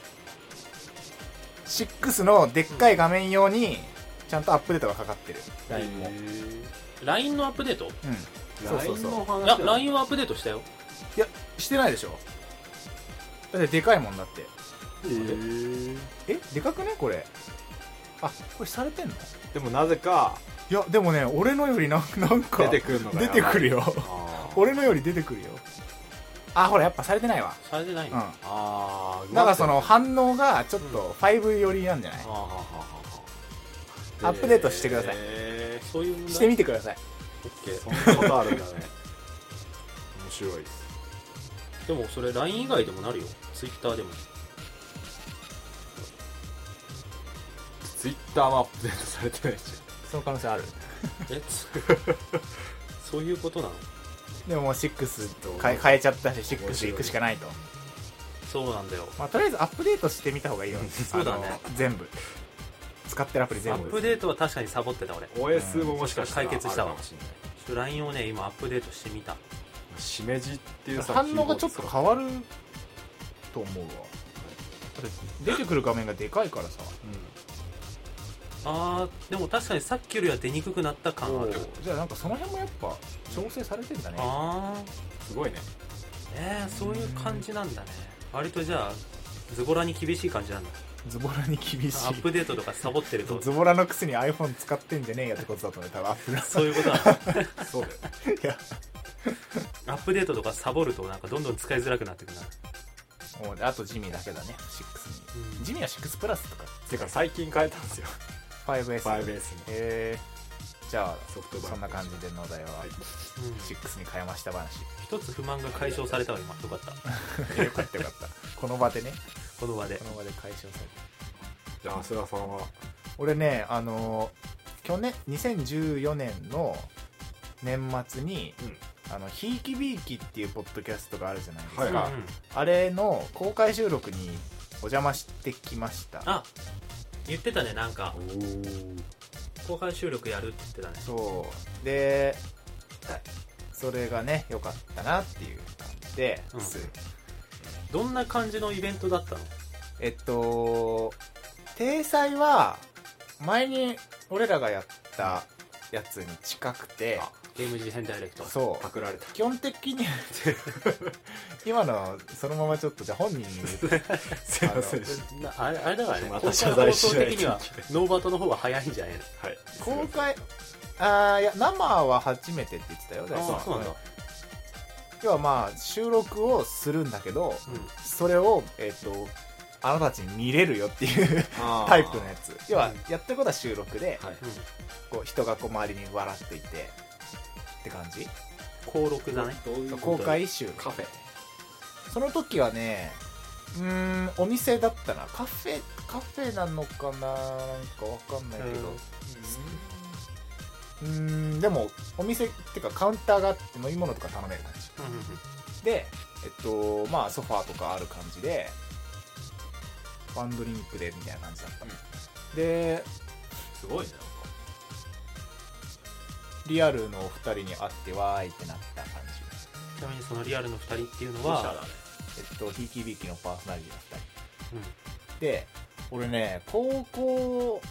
[SPEAKER 1] 6のでっかい画面用にちゃんとアップデートがかかってる LINE も
[SPEAKER 3] えー
[SPEAKER 2] LINE のアップデート
[SPEAKER 1] うんそうそう
[SPEAKER 3] LINE
[SPEAKER 1] そう
[SPEAKER 3] の
[SPEAKER 2] い
[SPEAKER 3] 話
[SPEAKER 2] や
[SPEAKER 3] だ
[SPEAKER 2] LINE はアップデートしたよ
[SPEAKER 1] してないでしょだってでかいもんだって
[SPEAKER 3] えー
[SPEAKER 1] えでかくねこれあこれされてんの
[SPEAKER 3] でもなぜか
[SPEAKER 1] いやでもね俺のよりなんなんか
[SPEAKER 3] 出てくるのが
[SPEAKER 1] 出てくる
[SPEAKER 3] よ
[SPEAKER 1] よ俺のより出てくるよあほらやっぱされてないわ
[SPEAKER 2] されてな
[SPEAKER 1] う
[SPEAKER 2] い
[SPEAKER 1] ん
[SPEAKER 2] の、
[SPEAKER 1] だ
[SPEAKER 3] ああ
[SPEAKER 1] からその反応がちょっと5寄りなんじゃない、アップデートしてください
[SPEAKER 3] え
[SPEAKER 2] そういう問題
[SPEAKER 1] してみてください
[SPEAKER 2] オッケ
[SPEAKER 3] ー
[SPEAKER 2] ー
[SPEAKER 3] そんなことあるんだね [LAUGHS] 面白いです
[SPEAKER 2] でもそれ LINE 以外でもなるよ Twitter でも
[SPEAKER 3] ツイッターもアップデートされてないし
[SPEAKER 1] その可能性ある
[SPEAKER 2] [LAUGHS] えつそういうことなの
[SPEAKER 1] でももう6変え変えちゃったし6行くしかないと、
[SPEAKER 2] そうなんだよ
[SPEAKER 1] まあ、とりあえずアップデートしてみた方がいいよ
[SPEAKER 2] そうだね
[SPEAKER 1] あの全部使ってるアプリ
[SPEAKER 2] ア
[SPEAKER 1] 全
[SPEAKER 2] ップ
[SPEAKER 1] 部
[SPEAKER 2] デートは確かにサボってた俺
[SPEAKER 3] OS ももしかしたら
[SPEAKER 2] 解決したわ
[SPEAKER 3] あるかもしれない
[SPEAKER 2] ちょ LINE をね今アップデートしてみた
[SPEAKER 3] しめじっていうさ
[SPEAKER 1] 反応がちょっと
[SPEAKER 3] キーボードさ
[SPEAKER 1] 変わると思うわだって出てくる画面がでかいからさ
[SPEAKER 2] あーでも確かにさっきよりは出にくくなった感ある
[SPEAKER 1] じゃあなんかその辺もやっぱ調整されてんだね
[SPEAKER 2] ああ
[SPEAKER 3] うんすごいね
[SPEAKER 2] えー、そういう感じなんだね割とじゃあズボラに厳しい感じなんだ
[SPEAKER 1] ズボラに厳し
[SPEAKER 2] アップデートとかサボってると
[SPEAKER 1] いズボラのくせに iPhone 使ってんじゃねえやってことだと思う多分アップルの
[SPEAKER 2] そういうことなんだ
[SPEAKER 3] そうだよ
[SPEAKER 1] いや
[SPEAKER 2] アップデートとかサボるとなんかどんどん使いづらくなってくな
[SPEAKER 1] もうあとジミーだけだね6にジミーは6プラスとか
[SPEAKER 3] てか最近変えたんですよ
[SPEAKER 1] 5S
[SPEAKER 3] 5S に
[SPEAKER 1] えじゃ
[SPEAKER 3] ソフト
[SPEAKER 1] あ
[SPEAKER 3] バンク
[SPEAKER 1] そんな感じで野田は
[SPEAKER 3] はい
[SPEAKER 1] 6に変えました話
[SPEAKER 2] 一つ不満が解消されたわ今よかった
[SPEAKER 1] よかったよかったこの場でね
[SPEAKER 2] この場で
[SPEAKER 1] この場で解消された
[SPEAKER 3] じゃあ世良さんは
[SPEAKER 1] 俺ねあの去年2014年の年末に
[SPEAKER 3] うん
[SPEAKER 1] 「あのひいきびいき」っていうポッドキャストがあるじゃないですか、
[SPEAKER 3] はいは
[SPEAKER 2] うんうん
[SPEAKER 1] あれの公開収録にお邪魔してきました
[SPEAKER 2] あ言ってたねなんか
[SPEAKER 3] おー
[SPEAKER 2] 公開収録やるって言ってたね
[SPEAKER 1] そうでそれがね良かったなっていう感じで、
[SPEAKER 2] うんどんな感じのイベントだったの
[SPEAKER 1] えっと体裁は前に俺らがやったやつに近くて
[SPEAKER 3] あ
[SPEAKER 2] ゲーム事変ダイレクト
[SPEAKER 1] そう
[SPEAKER 3] パクられた
[SPEAKER 1] 基本的に [LAUGHS] 今のそのままちょっとじゃあ本人に言って
[SPEAKER 3] [LAUGHS] すいませんでした
[SPEAKER 2] なあれあれだからね
[SPEAKER 3] ま
[SPEAKER 2] 公
[SPEAKER 3] た
[SPEAKER 2] 開
[SPEAKER 3] 謝
[SPEAKER 2] 放
[SPEAKER 3] 罪し
[SPEAKER 2] 送
[SPEAKER 3] ないとい
[SPEAKER 2] 的に
[SPEAKER 3] けない
[SPEAKER 2] はノーバートの方が早いんじゃないの
[SPEAKER 3] はい
[SPEAKER 1] 公開あーいや生は初めてって言ってたよ大体
[SPEAKER 2] あそうなんだ、
[SPEAKER 1] 要はまあ収録をするんだけど
[SPEAKER 2] う
[SPEAKER 1] それをえっ、とあなたたちに見れるよっていう
[SPEAKER 3] あー
[SPEAKER 1] タイプのやつ要は
[SPEAKER 2] うん
[SPEAKER 1] やってることは収録で、
[SPEAKER 3] はい
[SPEAKER 2] んうん、
[SPEAKER 1] こう人がこう周りに笑っていてって感じ
[SPEAKER 2] 登録だね
[SPEAKER 3] どういうこと
[SPEAKER 1] 公開収録
[SPEAKER 3] カフェ
[SPEAKER 1] その時はねうーんお店だったなカフェカフェなのかななんかわかんないけどうーんでもお店っていうかカウンターがあって飲み物とか頼める感じ
[SPEAKER 2] うんうんうん
[SPEAKER 1] でえっとまあソファーとかある感じでワンドリンクでみたいな感じだった、
[SPEAKER 3] うん
[SPEAKER 1] です
[SPEAKER 3] ごいね
[SPEAKER 1] リアルのお二人に会ってわーいってなった感じ
[SPEAKER 2] ちなみにそのリアルの2人っていうの
[SPEAKER 3] なんか
[SPEAKER 2] は、
[SPEAKER 1] えっと TKBK のパーソナリティの二人
[SPEAKER 2] うん
[SPEAKER 1] で俺ね高校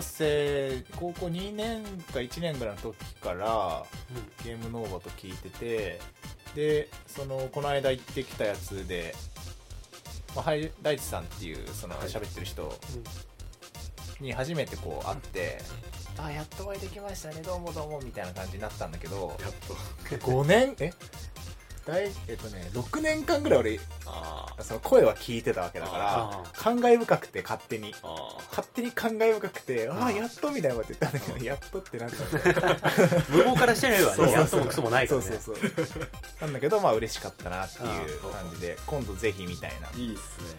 [SPEAKER 1] 生高校2年か1年ぐらいの時から
[SPEAKER 2] う
[SPEAKER 1] ゲームノーバと聞いててでそのこの間行ってきたやつで、まあ、はい大地さんっていうその
[SPEAKER 3] はい
[SPEAKER 1] 喋ってる人
[SPEAKER 2] んうん
[SPEAKER 1] に初めてこう会って、あやっとお会いできましたねどうもどうもみたいな感じになったんだけど
[SPEAKER 3] やっと
[SPEAKER 1] 5年え大えっとね6年間ぐらい俺
[SPEAKER 3] あー
[SPEAKER 1] その声は聞いてたわけだから
[SPEAKER 2] あ
[SPEAKER 1] 感慨深くて勝手に
[SPEAKER 3] あ
[SPEAKER 1] 勝手に感慨深くて、ああ、
[SPEAKER 3] うん
[SPEAKER 1] やっとみたいなこと言ったんだけど、やっとってなんか、
[SPEAKER 2] ー無謀からしてみれば
[SPEAKER 1] そう
[SPEAKER 2] ね
[SPEAKER 1] そうそう
[SPEAKER 2] やっともクソもない
[SPEAKER 1] そ
[SPEAKER 2] から
[SPEAKER 1] う
[SPEAKER 2] ね
[SPEAKER 1] そうそう。なんだけど、まあ嬉しかったなっていう
[SPEAKER 3] うん
[SPEAKER 1] 感じで、今度ぜひみたいない
[SPEAKER 3] いっすね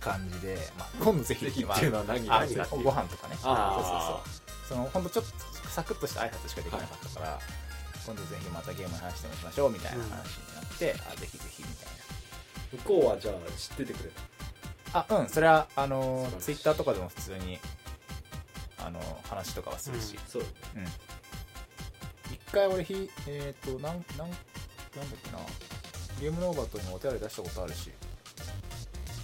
[SPEAKER 1] 感じで、まあ今度ぜひっ
[SPEAKER 3] ぜひ
[SPEAKER 1] て、
[SPEAKER 3] っ
[SPEAKER 1] ま
[SPEAKER 3] ていうのは何
[SPEAKER 1] あ、あ
[SPEAKER 3] 何が
[SPEAKER 1] ご飯とかね。
[SPEAKER 3] あ
[SPEAKER 1] そうそうそう。その、ほんとちょっとサクッとした挨拶しかできなかったから、今度ぜひまたゲームの話でもしましょうみたいな話になって、あ、ぜひぜひみたい
[SPEAKER 4] 向こうはじゃあ知っててくれた
[SPEAKER 1] な。あ、うん、それは、あの
[SPEAKER 3] 素晴らしい
[SPEAKER 1] ツイッターとかでも普通に、あの話とかはするし、
[SPEAKER 2] うん
[SPEAKER 4] そう
[SPEAKER 1] うん一回俺ひえっ、となんなんなんだっけなゲームノーバットにもお手洗い出したことあるし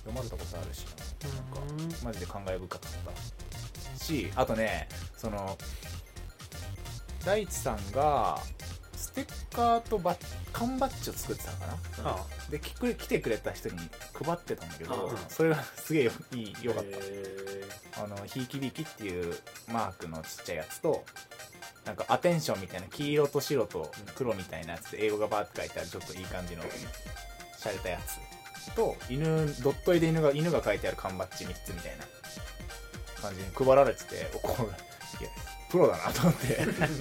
[SPEAKER 1] 読まれたことあるし
[SPEAKER 2] うん
[SPEAKER 1] なんかマジで感慨深かったしあとねその大地さんがステッカーとバッ缶バッジを作ってたのかな
[SPEAKER 2] あ
[SPEAKER 1] できくれ来てくれた人に配ってたんだけど
[SPEAKER 3] うん
[SPEAKER 1] それがすげえよいいよかった
[SPEAKER 4] え
[SPEAKER 1] あの、ひいきびきっていうマークのちっちゃいやつと、なんかアテンションみたいな黄色と白と黒みたいなやつで英語がバーって書いてあるちょっといい感じの洒落たやつと犬ドット絵で犬が犬が書いてある缶バッジ3つみたいな感じに配られてておこれいやプロだなと思って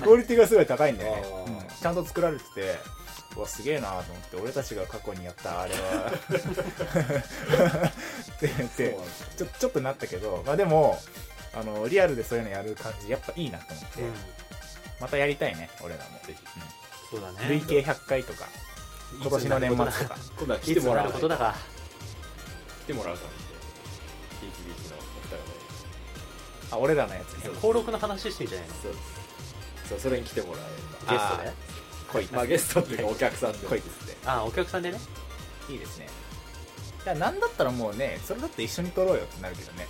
[SPEAKER 1] クオリティがすごい高いんだよね
[SPEAKER 4] あ、ー
[SPEAKER 1] うんちゃんと作られててうわすげえなと思って俺たちが過去にやったあれは [LAUGHS]
[SPEAKER 4] そう
[SPEAKER 1] って言って
[SPEAKER 4] なんです
[SPEAKER 1] ちょちょっとなったけど、まあ、でもあのリアルでそういうのやる感じやっぱいいなと思って、
[SPEAKER 2] うん
[SPEAKER 1] またやりたいね俺らも
[SPEAKER 3] ぜひ
[SPEAKER 2] そうだね
[SPEAKER 1] 累計100回とか今年の年末とか
[SPEAKER 3] 今度は来
[SPEAKER 2] い
[SPEAKER 3] て
[SPEAKER 2] つも
[SPEAKER 3] も
[SPEAKER 2] ら
[SPEAKER 3] ら
[SPEAKER 2] う
[SPEAKER 3] う
[SPEAKER 2] ことだか
[SPEAKER 3] 来てもらう感じで TTBT のお二人で
[SPEAKER 1] あ俺らのやつね
[SPEAKER 2] ら登録の話してんじゃないの
[SPEAKER 3] そうそうそれに来てもらえ
[SPEAKER 2] ゲストで
[SPEAKER 1] あ来い
[SPEAKER 3] ばまあゲストっていうかお客さんで
[SPEAKER 1] 来いですね
[SPEAKER 2] ああお客さんでね
[SPEAKER 1] いいですねいやなんだったらもうねそれだって一緒に撮ろうよってなるけどね、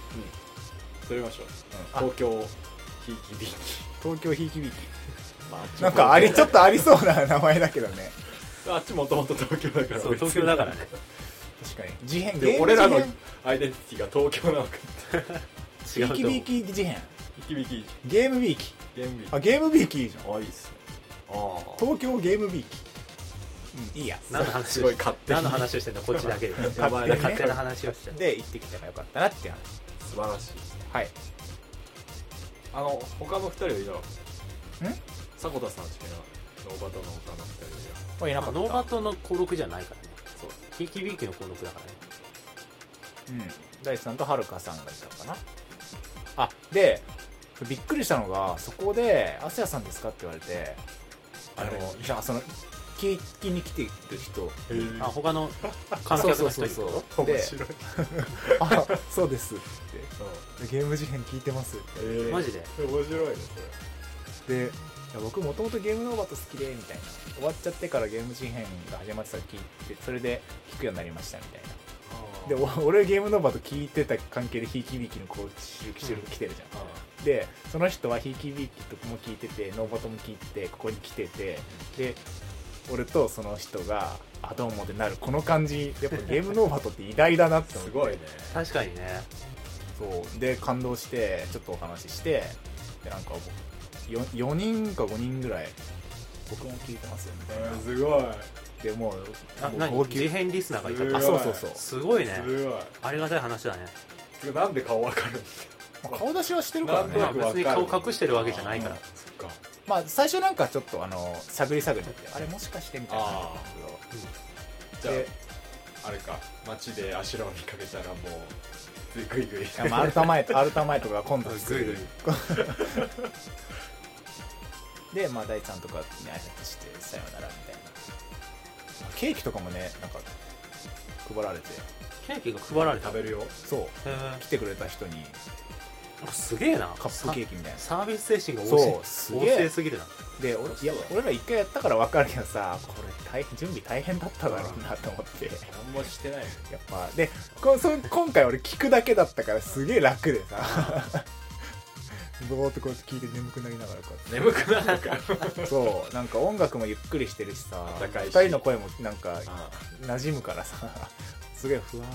[SPEAKER 3] 撮りましょう
[SPEAKER 1] うん、あ
[SPEAKER 3] 東京ひいきびいき
[SPEAKER 1] 東京ひいきびき
[SPEAKER 3] まああっちも
[SPEAKER 1] なんかありちょっとありそうな名前だけどね
[SPEAKER 3] あっちもともと東京だから
[SPEAKER 2] そう東京だからね
[SPEAKER 1] 確かに事変
[SPEAKER 3] で
[SPEAKER 1] ゲーム
[SPEAKER 3] 俺らの
[SPEAKER 1] 事変
[SPEAKER 3] アイデンティティが東京なのか
[SPEAKER 2] 違う
[SPEAKER 1] ひい
[SPEAKER 2] と
[SPEAKER 1] き
[SPEAKER 2] 思
[SPEAKER 1] び
[SPEAKER 2] う
[SPEAKER 1] き事変
[SPEAKER 3] ひいきびいき
[SPEAKER 1] ゲームビーキ
[SPEAKER 3] ゲームびいき
[SPEAKER 1] あゲームビーキいいじゃん
[SPEAKER 3] あいいっすねああ
[SPEAKER 1] 東京ゲームビーキうんいいや
[SPEAKER 2] 何の話を
[SPEAKER 3] すごい勝手に
[SPEAKER 2] 何の話をしてんのこっちだけで
[SPEAKER 1] 手にね
[SPEAKER 2] やばいな勝手な話をして
[SPEAKER 1] で行ってきたらよかったなっていう話
[SPEAKER 3] 素晴らしい
[SPEAKER 1] はい
[SPEAKER 3] あの他の二人はいなかった
[SPEAKER 1] ん
[SPEAKER 3] 迫田さんしかいなかったノーバトの他の二人はいなかっ
[SPEAKER 1] これいな
[SPEAKER 2] な
[SPEAKER 1] か
[SPEAKER 2] ん
[SPEAKER 1] った
[SPEAKER 2] かノーバットの登録じゃないからね
[SPEAKER 3] たそう
[SPEAKER 2] ひいきびいきの登録だからね
[SPEAKER 1] うん、大地さんとはるかさんがいたのかなあでびっくりしたのがそこで「アスヤさんですか?」って言われてあ
[SPEAKER 3] 誰
[SPEAKER 1] のじゃあその聞きに来てる人
[SPEAKER 2] あ
[SPEAKER 3] [LAUGHS]
[SPEAKER 2] 他の観客の人に
[SPEAKER 1] そうそうそうそうで
[SPEAKER 3] 白い
[SPEAKER 1] 「あ [LAUGHS] そうです」って
[SPEAKER 3] う
[SPEAKER 1] 「ゲーム事変聞いてます」って
[SPEAKER 4] えー
[SPEAKER 2] マジで
[SPEAKER 3] ん面白いね
[SPEAKER 1] でいや僕もともとゲームノーバット好きでみたいな終わっちゃってからゲーム事変が始まってたら聞いてそれで聞くようになりましたみたいな
[SPEAKER 3] こ
[SPEAKER 1] で
[SPEAKER 3] れ
[SPEAKER 1] お俺ゲームノーバーと聞いてた関係でひいきびいきのこう収録来てるじゃん、でその人はひいきびいきとも聞いててノーバトも聞いててここに来ててで俺とその人が「あどうも」でなるこの感じやっぱゲームノーバトって偉大だなって思っ
[SPEAKER 3] [LAUGHS] す
[SPEAKER 1] て
[SPEAKER 3] ごいね
[SPEAKER 2] 確かにね
[SPEAKER 1] そうで感動してちょっとお話ししてでなんか 4, 4人か5人ぐらい僕も聞いてますよみたいな、
[SPEAKER 4] うんすごい
[SPEAKER 1] でもう
[SPEAKER 2] あ
[SPEAKER 1] もう
[SPEAKER 2] 何
[SPEAKER 1] 号
[SPEAKER 2] 事
[SPEAKER 1] 泣
[SPEAKER 2] 変リスナーがいたって
[SPEAKER 1] あそうそうそう
[SPEAKER 2] すごいね
[SPEAKER 4] すごい
[SPEAKER 2] ありがたい話だね
[SPEAKER 3] てかなんで顔わかるの
[SPEAKER 1] まあ顔出しはしてるから
[SPEAKER 3] なん
[SPEAKER 1] ね
[SPEAKER 3] と
[SPEAKER 2] ま
[SPEAKER 3] な
[SPEAKER 2] あ
[SPEAKER 3] くわか
[SPEAKER 2] 別に
[SPEAKER 3] る
[SPEAKER 2] 顔隠してるわけじゃないから
[SPEAKER 3] そっか
[SPEAKER 1] まあ最初なんかちょっとあの探り探りってあれもしかしてみたいな
[SPEAKER 3] あ
[SPEAKER 1] で
[SPEAKER 3] じゃああれか街でアシュラを見かけたらもうグイグイ
[SPEAKER 1] いやまあアルタ前 [LAUGHS] とアルタ前とか今度す
[SPEAKER 3] グイグ
[SPEAKER 1] る
[SPEAKER 3] イ
[SPEAKER 1] でまあ大地さんとかに挨拶してさよならみたいなケーキとかもねなんか配られて
[SPEAKER 2] ケーキが配られたへ
[SPEAKER 3] 食べるよ
[SPEAKER 1] そう
[SPEAKER 2] え
[SPEAKER 1] 来てくれた人に
[SPEAKER 2] なんかすげえな
[SPEAKER 1] カップケーキみたいな
[SPEAKER 2] サービス精神が旺
[SPEAKER 1] そ
[SPEAKER 2] 盛
[SPEAKER 1] うす
[SPEAKER 2] 旺
[SPEAKER 1] げ
[SPEAKER 2] 盛
[SPEAKER 1] え
[SPEAKER 2] すぎるな
[SPEAKER 1] で俺いや俺ら一回やったから分かるけどさこれ大変準備大変だっただろうなと思ってや
[SPEAKER 3] 何もしてないよ
[SPEAKER 1] っぱでこそ今回俺聞くだけだったからすげえ楽でさぼーっとこうやって聞いて眠くなりながらこうやって
[SPEAKER 3] 眠くなるから
[SPEAKER 1] そうなんか音楽もゆっくりしてるしさ
[SPEAKER 3] 暖かい
[SPEAKER 1] 2
[SPEAKER 3] し
[SPEAKER 1] 人の声もなんか
[SPEAKER 3] あ
[SPEAKER 1] 馴染むからさすげえふわーっ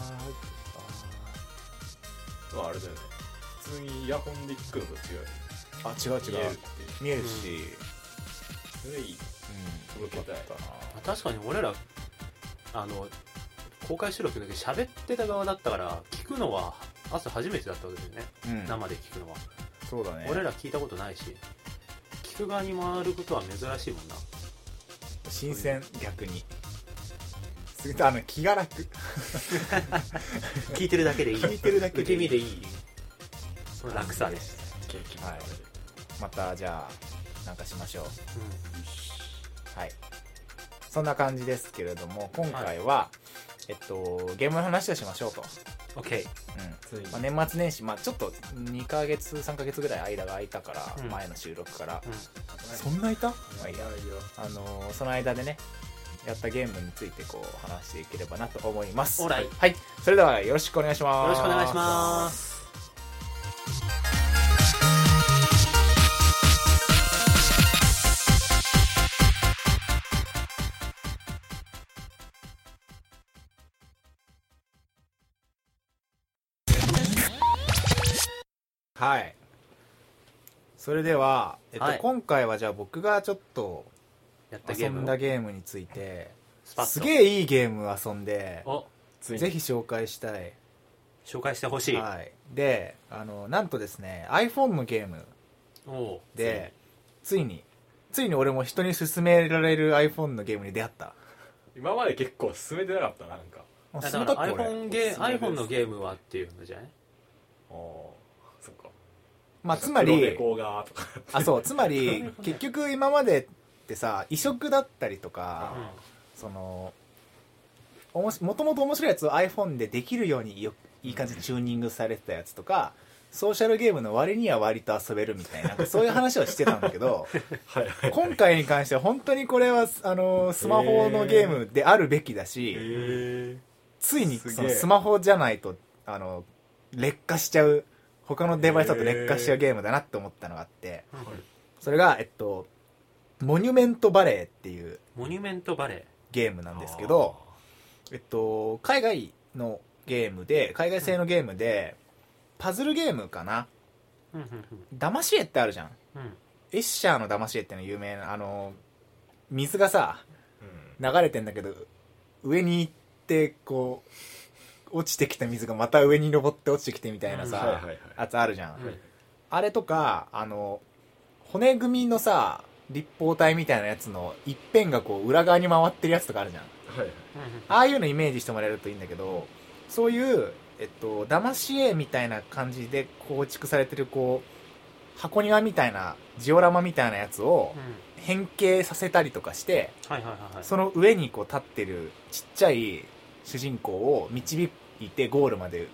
[SPEAKER 3] まああれだよね普通にイヤホンで聞くのと違うよ
[SPEAKER 1] あ違う
[SPEAKER 3] 見え
[SPEAKER 1] 違
[SPEAKER 3] るっ
[SPEAKER 1] う
[SPEAKER 3] て
[SPEAKER 1] 見えるし、
[SPEAKER 3] それいい
[SPEAKER 1] うん
[SPEAKER 3] 届けたい
[SPEAKER 1] よかっ
[SPEAKER 2] あ確かに俺らあの公開収録の時喋ってた側だったから聞くのは朝初めてだったわけですよね、
[SPEAKER 1] なうん
[SPEAKER 2] 生で聞くのは、
[SPEAKER 1] そうだね
[SPEAKER 2] 俺ら聞いたことないし聞く側に回ることは珍しいもんな
[SPEAKER 1] 新鮮逆にすげえあの気が楽
[SPEAKER 2] [LAUGHS] 聞いてるだけでいい
[SPEAKER 1] 聞いてるだけでい
[SPEAKER 2] 受け
[SPEAKER 1] い
[SPEAKER 2] 身でいいその楽さです、
[SPEAKER 3] ケーキ
[SPEAKER 1] はいまたじゃあなんかしましょう
[SPEAKER 2] うん
[SPEAKER 1] はいそんな感じですけれども今回は、えっとゲームの話をしましょうと、
[SPEAKER 2] OK
[SPEAKER 1] うん、
[SPEAKER 3] ついに
[SPEAKER 1] まあ、年末年始、まあ、ちょっと2ヶ月3ヶ月ぐらい間が空いたから、
[SPEAKER 2] うん
[SPEAKER 1] 前の収録から、
[SPEAKER 2] うん
[SPEAKER 1] そんないた、まあ、
[SPEAKER 3] い
[SPEAKER 1] いい
[SPEAKER 3] や
[SPEAKER 1] や
[SPEAKER 3] いいよ
[SPEAKER 1] あのーその間でねやったゲームについてこう話していければなと思います
[SPEAKER 2] オーライ
[SPEAKER 1] はいそれではよろしくお願いします
[SPEAKER 2] よろしくお願いします
[SPEAKER 1] はいそれでは、えっと
[SPEAKER 2] はい
[SPEAKER 1] 今回はじゃあ僕がちょっと
[SPEAKER 2] やったゲ
[SPEAKER 1] 遊
[SPEAKER 2] ーム
[SPEAKER 1] んだゲームについて
[SPEAKER 2] スパッと
[SPEAKER 1] すげえいいゲームを遊んで
[SPEAKER 2] お
[SPEAKER 3] ついに
[SPEAKER 1] ぜひ紹介したい
[SPEAKER 2] 紹介してほしい、
[SPEAKER 1] はい、であのなんとですね iPhone のゲーム
[SPEAKER 2] おおう
[SPEAKER 1] でついについに俺も人に勧められる iPhone のゲームに出会った
[SPEAKER 3] 今まで結構進めてなかったななんか
[SPEAKER 1] あ
[SPEAKER 2] だ
[SPEAKER 1] 勧
[SPEAKER 2] か
[SPEAKER 1] めた
[SPEAKER 2] ら
[SPEAKER 1] っけ俺
[SPEAKER 2] iPhone, ゲー
[SPEAKER 3] おすすめです
[SPEAKER 2] iPhone のゲームはっていうのじゃない
[SPEAKER 3] あーそっか
[SPEAKER 1] まあつま
[SPEAKER 3] 黒
[SPEAKER 1] り
[SPEAKER 3] 猫がとか
[SPEAKER 1] あそうつまり結局今までってさ移植だったりとか
[SPEAKER 2] うん
[SPEAKER 1] そのおもしもともと面白いやつを iPhone でできるようによいい感じにチューニングされてたやつとかソーシャルゲームの割には割と遊べるみたいななんかそういう話をしてたんだけ
[SPEAKER 3] [LAUGHS]
[SPEAKER 1] ど
[SPEAKER 3] [LAUGHS] はいはい
[SPEAKER 1] 今回に関しては本当にこれはあのスマホのゲームであるべきだし、
[SPEAKER 3] え
[SPEAKER 1] ついに
[SPEAKER 3] すげえ
[SPEAKER 1] そのスマホじゃないとあの劣化しちゃう他のデバイスだと劣化しちゃうゲームだなって思ったのがあってそれがえっと「モニュメントバレー」っていう
[SPEAKER 2] モニュメントバレ
[SPEAKER 1] ゲームなんですけどえっと海外のゲームで海外製のゲームでパズルゲームかな
[SPEAKER 2] ーうんうん
[SPEAKER 1] 騙し絵ってあるじゃん
[SPEAKER 2] うんうん
[SPEAKER 1] エッシャーの騙し絵っての有名なあの水がさ流れてんだけど上に行ってこう落ちてきた水がまた上に登って落ちてきてみたいな
[SPEAKER 3] うん
[SPEAKER 1] さ、
[SPEAKER 3] はいはいはい
[SPEAKER 1] やつあるじゃん、
[SPEAKER 2] うん
[SPEAKER 1] あれとか、あの、骨組みのさ、立方体みたいなやつの一辺がこう裏側に回ってるやつとかあるじゃん。
[SPEAKER 4] はい
[SPEAKER 1] ああいうのイメージしてもらえるといいんだけど、そういう、えっと、騙し絵みたいな感じで構築されてる、こう、箱庭みたいな、ジオラマみたいなやつを
[SPEAKER 2] うん
[SPEAKER 1] 変形させたりとかして、
[SPEAKER 2] はいはいはいはい
[SPEAKER 1] その上にこう立ってるちっちゃい主人公を導いてゴールまで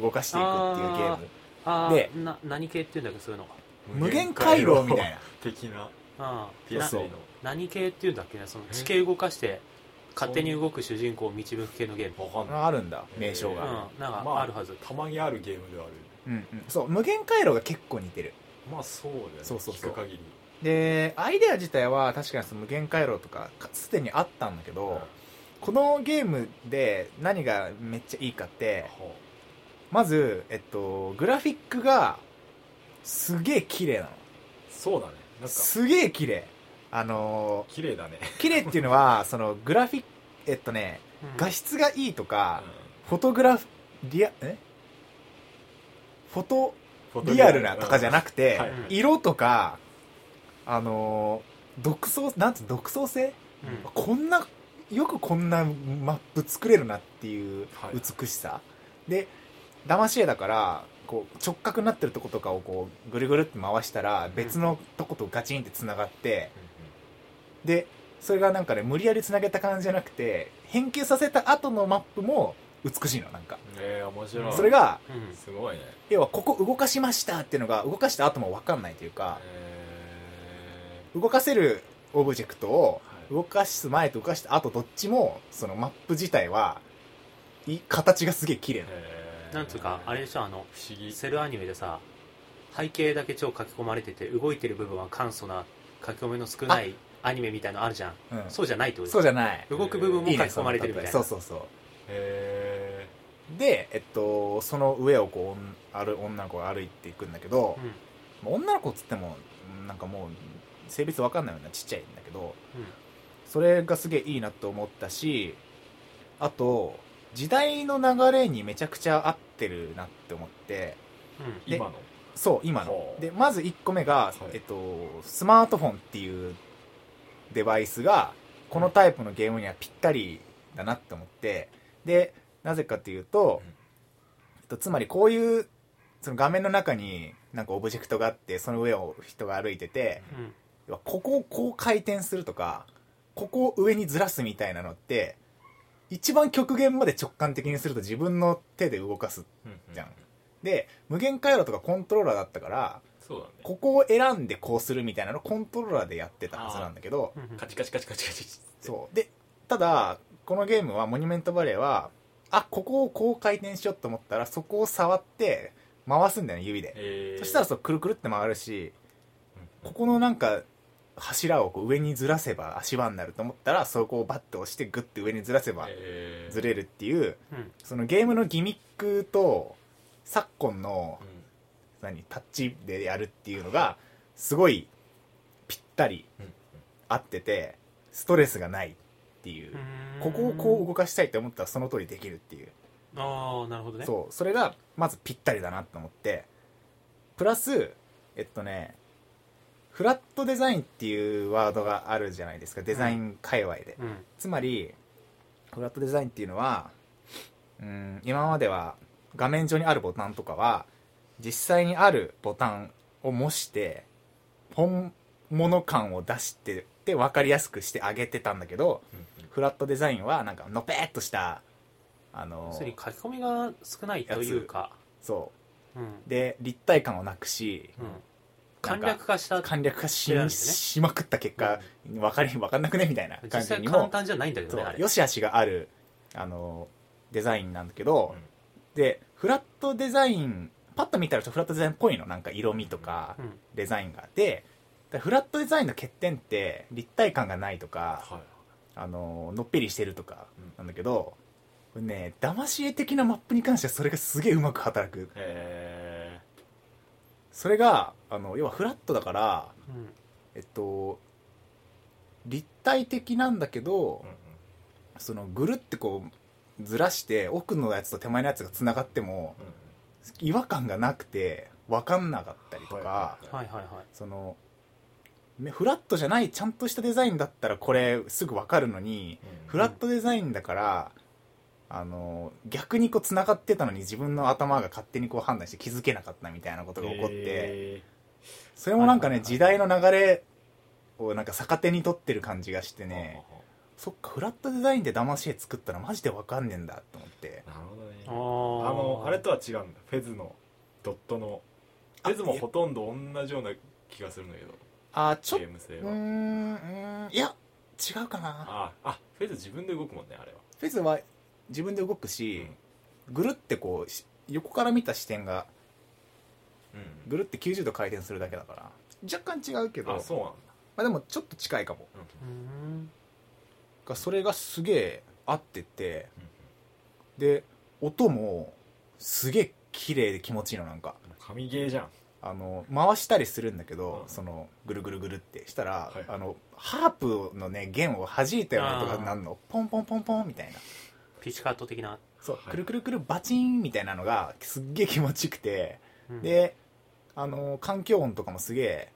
[SPEAKER 1] 動かしていくっていうゲーム。
[SPEAKER 2] あ
[SPEAKER 1] で
[SPEAKER 2] ーな何系っていうんだっけそういうの
[SPEAKER 1] 無限回廊みたい
[SPEAKER 3] な
[SPEAKER 1] な。
[SPEAKER 3] 的な
[SPEAKER 2] あー
[SPEAKER 3] ピアス
[SPEAKER 1] そう
[SPEAKER 3] の
[SPEAKER 2] 何系っていうんだっけねその地形動かして勝手に動く主人公を導く系のゲーム
[SPEAKER 3] わかんない
[SPEAKER 1] ああるんだ、名称
[SPEAKER 2] う
[SPEAKER 1] が。
[SPEAKER 2] んなん
[SPEAKER 3] ま
[SPEAKER 2] か
[SPEAKER 3] あ
[SPEAKER 2] あるはず、
[SPEAKER 3] たまにあるゲームではある
[SPEAKER 1] うんうんそう、無限回路が結構似てる。
[SPEAKER 3] まあそうだよね
[SPEAKER 1] そうそうそう
[SPEAKER 3] 聞く限り
[SPEAKER 1] で、アイデア自体は確かにその無限回路とかかすでにあったんだけど、
[SPEAKER 3] うん
[SPEAKER 1] このゲームで何がめっちゃいいかって、
[SPEAKER 3] ほ
[SPEAKER 1] まず、えっと、グラフィックがすげえ綺麗なの。
[SPEAKER 3] うそうだねなんか
[SPEAKER 1] すげえ綺麗。あの
[SPEAKER 3] 綺麗だね
[SPEAKER 1] ー綺麗っていうの [LAUGHS] は、そのグラフィック、えっとね、
[SPEAKER 2] うん
[SPEAKER 1] 画質がいいとか、
[SPEAKER 3] う
[SPEAKER 1] フォトグラフ、リア、えフォト、
[SPEAKER 3] ん
[SPEAKER 1] リアルなとかじゃなくて、
[SPEAKER 3] はい
[SPEAKER 2] はい
[SPEAKER 1] 色とか、あのー独創、なんつう、独創性
[SPEAKER 2] うん
[SPEAKER 1] こんな、よくこんなマップ作れるなっていう
[SPEAKER 3] はい
[SPEAKER 1] 美しさ。で、騙し絵だから、こう直角になってるとことかをこうぐるぐるって回したら別のとことガチンって繋がって、で、それがなんかね、無理やり繋げた感じじゃなくて、変形させた後のマップも美しいの、なんか。
[SPEAKER 3] うんうんねえ面白い
[SPEAKER 1] それが、
[SPEAKER 2] うん
[SPEAKER 3] すごいね
[SPEAKER 1] 要はここ動かしましたっていうのが動かした後も分かんないというか
[SPEAKER 3] え
[SPEAKER 1] 動かせるオブジェクトを
[SPEAKER 3] ーは
[SPEAKER 1] 動
[SPEAKER 3] い
[SPEAKER 1] かす前と動かした後どっちもそのマップ自体はい形がすげえ綺麗な
[SPEAKER 3] えー
[SPEAKER 2] なんつうかあれでしょあの
[SPEAKER 3] 不思議
[SPEAKER 2] セルアニメでさ背景だけ超書き込まれてて動いてる部分は簡素な書き込みの少ないアニメみたいのあるじゃん
[SPEAKER 1] の、うん、そ
[SPEAKER 2] そうじゃないってこと
[SPEAKER 1] うじゃない
[SPEAKER 2] 動く部分も
[SPEAKER 1] いい
[SPEAKER 2] 書き
[SPEAKER 1] ね
[SPEAKER 2] 込まれてるみたいな
[SPEAKER 1] そうそうそう
[SPEAKER 3] へ
[SPEAKER 1] で、えっと、その上をこう歩女の子が歩いていくんだけど、
[SPEAKER 2] うん
[SPEAKER 1] まあ女の子っつってもうんなんかもう性別わかんないようなちっちゃいんだけどそれがすげえいいなと思ったしあと時代の流れにめちゃくちゃ合ってるなって思って
[SPEAKER 2] うんうん
[SPEAKER 3] ー今の
[SPEAKER 1] そう今の
[SPEAKER 3] ほう
[SPEAKER 1] でまず1個目が、
[SPEAKER 3] い
[SPEAKER 1] えっと、スマートフォンっていうデバイスがこのタイプのゲームにはぴったりだなって思ってでなぜかというと
[SPEAKER 3] うん、
[SPEAKER 1] えっと、つまりこういうその画面の中になんかオブジェクトがあってその上を人が歩いてて、
[SPEAKER 2] うん
[SPEAKER 1] 要はここをこう回転するとかここを上にずらすみたいなのって一番極限まで直感的にすると自分の手で動かすじゃんで無限回路とかコントローラーだったから
[SPEAKER 3] そうだね
[SPEAKER 1] ここを選んでこうするみたいなのをコントローラーでやってたはずなんだけど
[SPEAKER 2] うん
[SPEAKER 3] カチカチカチカチカチって
[SPEAKER 1] そうでただこのゲームはモニュメントバレーはあここをこう回転しようと思ったらそこを触って回すんだよね指で
[SPEAKER 3] えー
[SPEAKER 1] そしたらそうくるくるって回るし
[SPEAKER 3] うん
[SPEAKER 1] ここのなんか柱をこう上にずらせば足場になると思ったらそこをバッと押してグッて上にずらせば
[SPEAKER 3] えー
[SPEAKER 1] ずれるっていう
[SPEAKER 2] うん
[SPEAKER 1] そのゲームのギミックと昨今の
[SPEAKER 3] うん
[SPEAKER 1] 何タッチでやるっていうのがすごいぴったり
[SPEAKER 3] うん
[SPEAKER 1] 合っててストレスがないっていう
[SPEAKER 2] うん
[SPEAKER 1] ここをこう動かしたいと思ったらその通りできるっていう
[SPEAKER 2] ああなるほどね
[SPEAKER 1] そうそれがまずぴったりだなと思ってプラスえっとねフラットデザインっていうワードがあるじゃないですかデザイン界隈で、
[SPEAKER 2] うん
[SPEAKER 1] つまりフラットデザインっていうのはうん今までは画面上にあるボタンとかは実際にあるボタンを模して本物感を出してで分かりやすくしてあげてたんだけど
[SPEAKER 3] うんうん
[SPEAKER 1] フラットデザインはなんかのぺーっとしたあの
[SPEAKER 2] 要するに書き込みが少ないというか
[SPEAKER 1] そう
[SPEAKER 2] うん
[SPEAKER 1] で立体感をなくし
[SPEAKER 2] うん
[SPEAKER 1] な
[SPEAKER 2] 簡
[SPEAKER 1] んか
[SPEAKER 2] 略化した
[SPEAKER 1] 簡略化し,、
[SPEAKER 2] うんね
[SPEAKER 1] しまくった結果、分かり分かんなくねみたいな
[SPEAKER 2] 実
[SPEAKER 1] 感じ
[SPEAKER 2] 際
[SPEAKER 1] に
[SPEAKER 2] 簡
[SPEAKER 1] も
[SPEAKER 2] 単じゃないんだけど
[SPEAKER 1] そ
[SPEAKER 2] ね
[SPEAKER 1] う
[SPEAKER 2] あれ
[SPEAKER 1] よしあしがあるあのデザインなんだけど、
[SPEAKER 3] うん
[SPEAKER 1] でフラットデザインパッと見たらちょっとフラットデザインっぽいのなんか色味とか
[SPEAKER 2] うん
[SPEAKER 1] デザインがでだからフラットデザインの欠点って立体感がないとか
[SPEAKER 3] はい
[SPEAKER 1] あののっぺりしてるとか
[SPEAKER 3] うん
[SPEAKER 1] なんだけど、これね騙し絵的なマップに関してはそれがすげえうまく働く
[SPEAKER 3] え
[SPEAKER 1] それがあの要はフラットだから
[SPEAKER 2] うん
[SPEAKER 1] えっと立体的なんだけど、
[SPEAKER 3] ーうんうん
[SPEAKER 1] そのぐるってこうずらして奥のやつと手前のやつがつながっても
[SPEAKER 3] うんうん
[SPEAKER 1] 違和感がなくて分かんなかったりとか
[SPEAKER 2] はいはいはい
[SPEAKER 1] そのねフラットじゃないちゃんとしたデザインだったらこれすぐ分かるのにフラットデザインだからあの逆にこうつながってたのに自分の頭が勝手にこう判断して気づけなかったみたいなことが起こって。
[SPEAKER 4] え
[SPEAKER 1] それもなんか
[SPEAKER 2] は
[SPEAKER 1] ね、
[SPEAKER 2] いはいはい
[SPEAKER 1] 時代の流れをなんか逆手に取ってる感じがしてね、そっか、フラットデザインで騙し絵作ったらマジでわかんねえんだと思って。
[SPEAKER 3] なるほどね
[SPEAKER 2] あ
[SPEAKER 3] あ
[SPEAKER 2] ー
[SPEAKER 3] のあれとは違うんだフェズのドットのフェズもほとんど同じような気がするんだけど
[SPEAKER 1] あ、ちょっ
[SPEAKER 3] ゲーム性
[SPEAKER 1] うー
[SPEAKER 3] は
[SPEAKER 1] ん、うーん、いや、違うかな。
[SPEAKER 3] ああフェズ自分で動くもんねあれは
[SPEAKER 1] フェズは自分で動くし、ぐるってこう、し横から見た視点が
[SPEAKER 3] うん
[SPEAKER 1] ぐるって90度回転するだけだから、若干違うけど、
[SPEAKER 3] あそうなん
[SPEAKER 1] まあでもちょっと近いかも。
[SPEAKER 3] だ
[SPEAKER 2] うーん
[SPEAKER 1] がそれがすげえ合ってて、
[SPEAKER 3] うん
[SPEAKER 1] で、音もすげえ綺麗で気持ちいいの、なんか。
[SPEAKER 3] うん神ゲーじゃん
[SPEAKER 1] あの回したりするんだけど、
[SPEAKER 3] うん
[SPEAKER 1] そのぐるぐるぐるってしたら、
[SPEAKER 3] はい
[SPEAKER 1] あのハープのね弦を弾いたような音がなんのポンポンポンポンみたいな
[SPEAKER 2] ピチカート的な、
[SPEAKER 1] そう、
[SPEAKER 3] はい
[SPEAKER 1] くるくるくるバチンみたいなのがすっげえ気持ちよくて、
[SPEAKER 2] うん
[SPEAKER 1] であの環境音とかもすげえ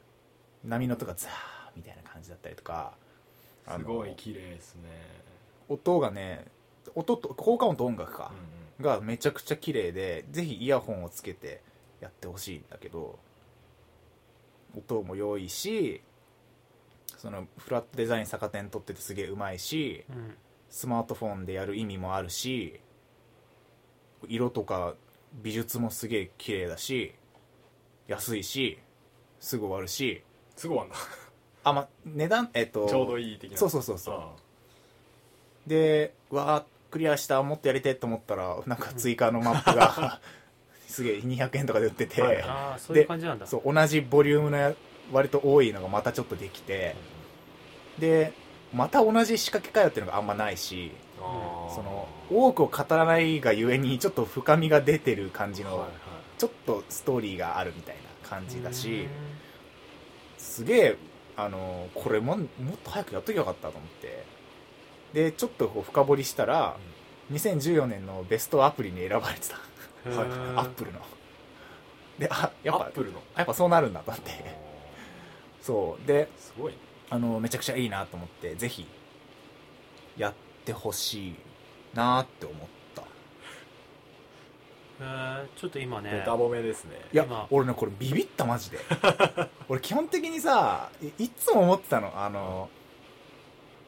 [SPEAKER 1] 波の音がザーみたいな感じだったりとかあ
[SPEAKER 3] す
[SPEAKER 1] の
[SPEAKER 3] ごい綺麗ですね
[SPEAKER 1] 音がね音と効果音と音楽か
[SPEAKER 3] うん、
[SPEAKER 1] がめちゃくちゃ綺麗でぜひイヤホンをつけてやってほしいんだけど音も良いしそのフラットデザイン逆手に取っててすげえうまいし
[SPEAKER 2] うん、
[SPEAKER 1] スマートフォンでやる意味もあるし色とか美術もすげえ綺麗だし安いしすぐ終わるし
[SPEAKER 3] すごいあん
[SPEAKER 1] [LAUGHS]
[SPEAKER 3] だ
[SPEAKER 1] あま値段えっと
[SPEAKER 3] ちょうどいい的な
[SPEAKER 1] そうそうそうそう
[SPEAKER 3] あ
[SPEAKER 1] でわあクリアしたもっとやりてえと思ったらなんか追加のマップ
[SPEAKER 3] [LAUGHS]
[SPEAKER 1] がすげえ200円とかで売ってて、
[SPEAKER 3] はい
[SPEAKER 2] ああそういう
[SPEAKER 1] で
[SPEAKER 2] 感じなんだ
[SPEAKER 1] そう同じボリュームのや割と多いのがまたちょっとできてでまた同じ仕掛けかよっていうのがあんまないし
[SPEAKER 3] あー
[SPEAKER 1] その多くを語らないがゆえにちょっと深みが出てる感じ
[SPEAKER 3] はい
[SPEAKER 1] の
[SPEAKER 3] はい
[SPEAKER 1] ちょっとストーリーがあるみたいな感じだ
[SPEAKER 2] う
[SPEAKER 1] し
[SPEAKER 2] ん
[SPEAKER 1] すげえあのこれももっと早くやっときゃよかったと思ってでちょっとこう深掘りしたら2014年のベストアプリに選ばれてた
[SPEAKER 2] へー
[SPEAKER 1] はい [LAUGHS] アップルのであやっ
[SPEAKER 3] アッ
[SPEAKER 1] ぱ
[SPEAKER 3] プルの
[SPEAKER 1] やっぱそうなるんだと思ってそうで
[SPEAKER 3] すごいね
[SPEAKER 1] あのめちゃくちゃいいなと思ってぜひやってほしいなって思ったい
[SPEAKER 2] へーちょっと今ね
[SPEAKER 3] ベタ褒めですね
[SPEAKER 1] や
[SPEAKER 2] 今
[SPEAKER 1] 俺ねこれビビったマ [LAUGHS] ジで俺基本的にさいいっつも思ってたのあの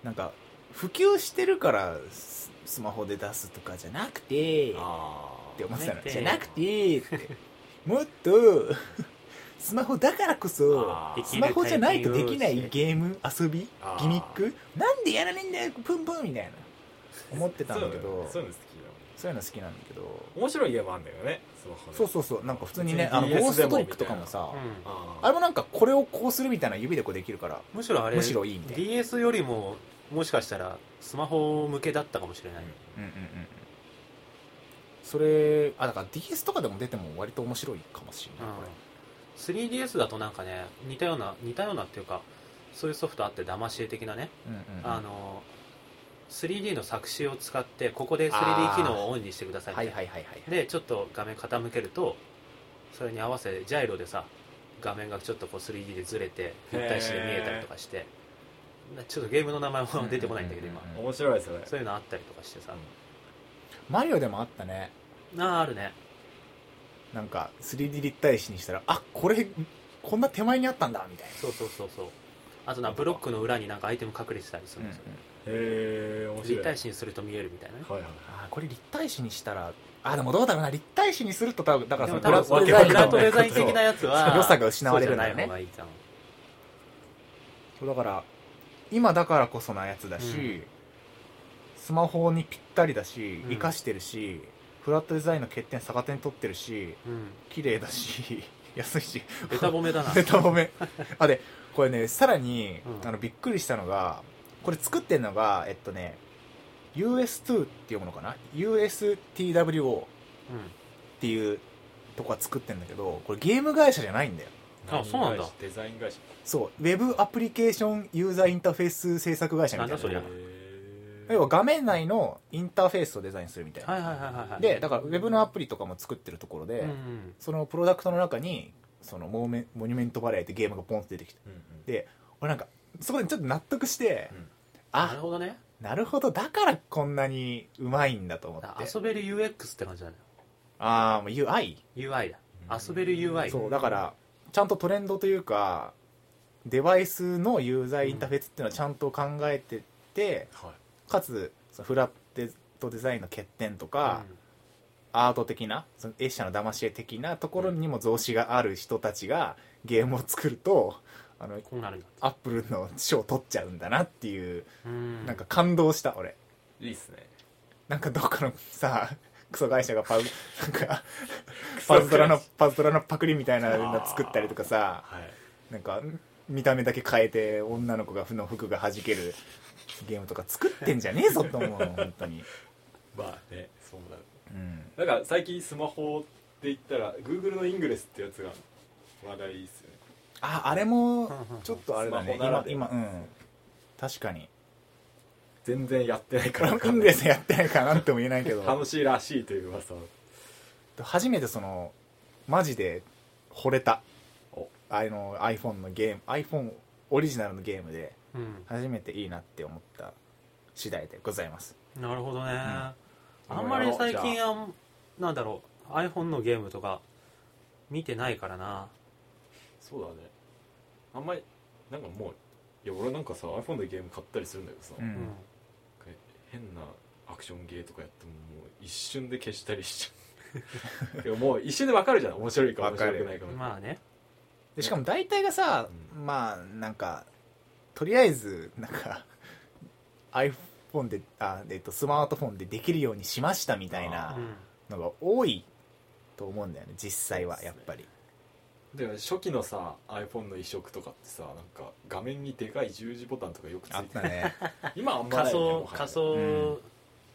[SPEAKER 1] なんか普及してるからススマホで出すとかじゃなくて
[SPEAKER 3] ああ
[SPEAKER 1] って思ってたの
[SPEAKER 2] やめて
[SPEAKER 1] じゃなくて [LAUGHS] ってもっと [LAUGHS] スマホだからこそ
[SPEAKER 3] あ
[SPEAKER 2] で
[SPEAKER 3] ー
[SPEAKER 2] き
[SPEAKER 1] スマホじゃないとできないゲーム遊び
[SPEAKER 3] あー
[SPEAKER 1] ギミックなんでやらねえんだよプンプンみたいな思ってたんだけど
[SPEAKER 3] そ
[SPEAKER 1] そうう
[SPEAKER 3] いうの好きだもん
[SPEAKER 1] いうの好きなんだけど
[SPEAKER 3] 面白いゲームあんだよねスマホで
[SPEAKER 1] そうそうそうなんか普通にね
[SPEAKER 3] 別に
[SPEAKER 1] あの
[SPEAKER 3] DS
[SPEAKER 1] ゴーストトリックとかもさ
[SPEAKER 2] うん
[SPEAKER 3] あ
[SPEAKER 1] あれもなんかこれをこうするみたいな指でこうできるから
[SPEAKER 2] むしろあれ
[SPEAKER 1] むしろいいみたいな
[SPEAKER 2] DS よりももしかしたらスマホ向けだったかもしれない、
[SPEAKER 1] うんうんうんそれあだから DS とかでも出ても割と面白いかもしれないこれ
[SPEAKER 2] 3DS だとなんかね似たような似たようなっていうかそういうソフトあって騙し絵的なね、
[SPEAKER 1] うんうんうん
[SPEAKER 2] あの 3D の作詞を使ってここで 3D 機能をオンにしてくださいみ
[SPEAKER 1] は
[SPEAKER 2] たい
[SPEAKER 1] い
[SPEAKER 2] な、
[SPEAKER 1] はいはいはいはい
[SPEAKER 2] でちょっと画面傾けるとそれに合わせてジャイロでさ画面がちょっとこう 3D でずれて一体視で見えたりとかしてなちょっとゲームの名前も出てこないんだけど今、
[SPEAKER 1] うんうんうんうん
[SPEAKER 3] 面白いそれ
[SPEAKER 2] そういうのあったりとかしてさ、
[SPEAKER 1] マリオでもあったね
[SPEAKER 2] あああるね
[SPEAKER 1] なんか 3D 立体視にしたらあこれこんな手前にあったんだみたい
[SPEAKER 2] そうそうそうそうあとなブロックの裏になんかアイテム隠れてたりする
[SPEAKER 1] な、
[SPEAKER 2] んですよ、
[SPEAKER 3] へえ面白い
[SPEAKER 2] 立体視にすると見えるみたいなね
[SPEAKER 3] はいはい
[SPEAKER 1] あーこれ立体視にしたらあでもどうだろうな立体視にすると多分だから
[SPEAKER 2] で
[SPEAKER 1] そ
[SPEAKER 2] も
[SPEAKER 1] の
[SPEAKER 2] 多
[SPEAKER 1] ラ
[SPEAKER 2] 分
[SPEAKER 1] ッ
[SPEAKER 2] そ
[SPEAKER 1] ト
[SPEAKER 2] う
[SPEAKER 1] デ
[SPEAKER 2] いう
[SPEAKER 1] ザイン
[SPEAKER 2] フ
[SPEAKER 1] の
[SPEAKER 2] ラットデザイン的なやつは
[SPEAKER 1] そう良さが失われるんだよね
[SPEAKER 2] そうじゃない方がいいじゃん
[SPEAKER 1] そうだから今だからこそなやつだし、スマホにぴったりだし
[SPEAKER 2] うん
[SPEAKER 1] 活かしてるし、フラットデザインの欠点逆手に取ってるし
[SPEAKER 2] うん
[SPEAKER 1] 綺麗だし [LAUGHS] 安いし
[SPEAKER 2] ベタ褒めだな
[SPEAKER 1] ベタ褒めあでこれねさらに、
[SPEAKER 2] うん
[SPEAKER 1] あのびっくりしたのがこれ作ってんのがえっとね US2 っていうものかな USTWO
[SPEAKER 2] う
[SPEAKER 1] っていうとこは作ってんだけどこれゲーム会社じゃないんだよ
[SPEAKER 2] あそうなんだ
[SPEAKER 3] デザイン会社
[SPEAKER 1] そうウェブアプリケーションユーザーインターフェース制作会社みたいな
[SPEAKER 2] なんだそりゃ
[SPEAKER 3] へ
[SPEAKER 1] 要は画面内のインターフェースをデザインするみたいな、
[SPEAKER 2] はいはいはいはいはい
[SPEAKER 1] でだからウェブのアプリとかも作ってるところで、
[SPEAKER 2] うんうん
[SPEAKER 1] そのプロダクトの中にそのモーメモニュメントバレーってゲームがポンって出てきて
[SPEAKER 3] うんうん
[SPEAKER 1] で俺なんかそこでちょっと納得して、
[SPEAKER 3] うん
[SPEAKER 2] なる
[SPEAKER 1] あ
[SPEAKER 2] ほどね
[SPEAKER 1] なるほどだからこんなにうまいんだと思って
[SPEAKER 2] だから遊べる UX って感じだね
[SPEAKER 1] ああ UI?
[SPEAKER 2] UI だ遊べる UI
[SPEAKER 1] そうだからちゃんとトレンドというかデバイスのユーザーインターフェースっていうのはちゃんと考えてて、
[SPEAKER 3] はい
[SPEAKER 1] かつそのフラットデザインの欠点とか、アート的なそのエッシャの騙し絵的なところにも増資がある人たちがゲームを作るとあの
[SPEAKER 2] うんこうなるんだ
[SPEAKER 1] アップルの賞を取っちゃうんだなっていう
[SPEAKER 2] うん
[SPEAKER 1] なんか感動した俺
[SPEAKER 3] いいっすね
[SPEAKER 1] なんかどっかの
[SPEAKER 2] [LAUGHS]
[SPEAKER 1] さクソ会社がパウなんかパズドラのパズドラのパクリみたいなの作ったりとかさ
[SPEAKER 3] はい
[SPEAKER 1] なんか見た目だけ変えて女の子がの服が弾けるゲームとか作ってんじゃねえぞと思うの本当に
[SPEAKER 3] まあねそうなる
[SPEAKER 1] うん
[SPEAKER 3] なんか最近スマホって言ったら Google のイングレスってやつが話題いいっすよね
[SPEAKER 1] ああれもちょっとあれだ
[SPEAKER 3] ス
[SPEAKER 1] ね
[SPEAKER 3] マホなら
[SPEAKER 1] 今
[SPEAKER 3] では
[SPEAKER 1] 今うん確かに
[SPEAKER 3] 全然やってないか
[SPEAKER 1] トラ
[SPEAKER 3] ら
[SPEAKER 1] ンキングレスやってないからなんとも言えないけど
[SPEAKER 3] 楽しいらしいという噂を
[SPEAKER 1] 初めてそのマジで惚れた
[SPEAKER 3] お
[SPEAKER 1] あの iPhone のゲーム iPhone オリジナルのゲームで
[SPEAKER 2] うん
[SPEAKER 1] 初めていいなって思った次第でございます
[SPEAKER 2] なるほどねあんまり最近あんなんだろう iPhone のゲームとか見てないからな
[SPEAKER 3] そうだねあんまりなんかもういや俺なんかさ iPhone でゲーム買ったりするんだけどさ、
[SPEAKER 1] うん、
[SPEAKER 2] うん
[SPEAKER 3] 変なアクションゲーとかやってももう一瞬で消したりしちゃう [LAUGHS] でももう一瞬で分かるじゃん面白いか面
[SPEAKER 1] 分かる
[SPEAKER 3] 白くないかも、
[SPEAKER 2] まあね
[SPEAKER 1] でしかも大体がさ、まあなんかとりあえずなんか iPhone であ、えっと、スマートフォンでできるようにしましたみたいな
[SPEAKER 2] うん
[SPEAKER 1] のが多いと思うんだよね実際はやっぱり
[SPEAKER 3] でも初期のさ iPhone の移植とかってさなんか画面にでかい十字ボタンとかよくつ
[SPEAKER 1] あ
[SPEAKER 3] い
[SPEAKER 1] ってた
[SPEAKER 3] る
[SPEAKER 1] ね
[SPEAKER 3] 今あんまな
[SPEAKER 2] 仮
[SPEAKER 3] いよ
[SPEAKER 2] 想
[SPEAKER 3] ねもはや
[SPEAKER 2] 仮想
[SPEAKER 1] う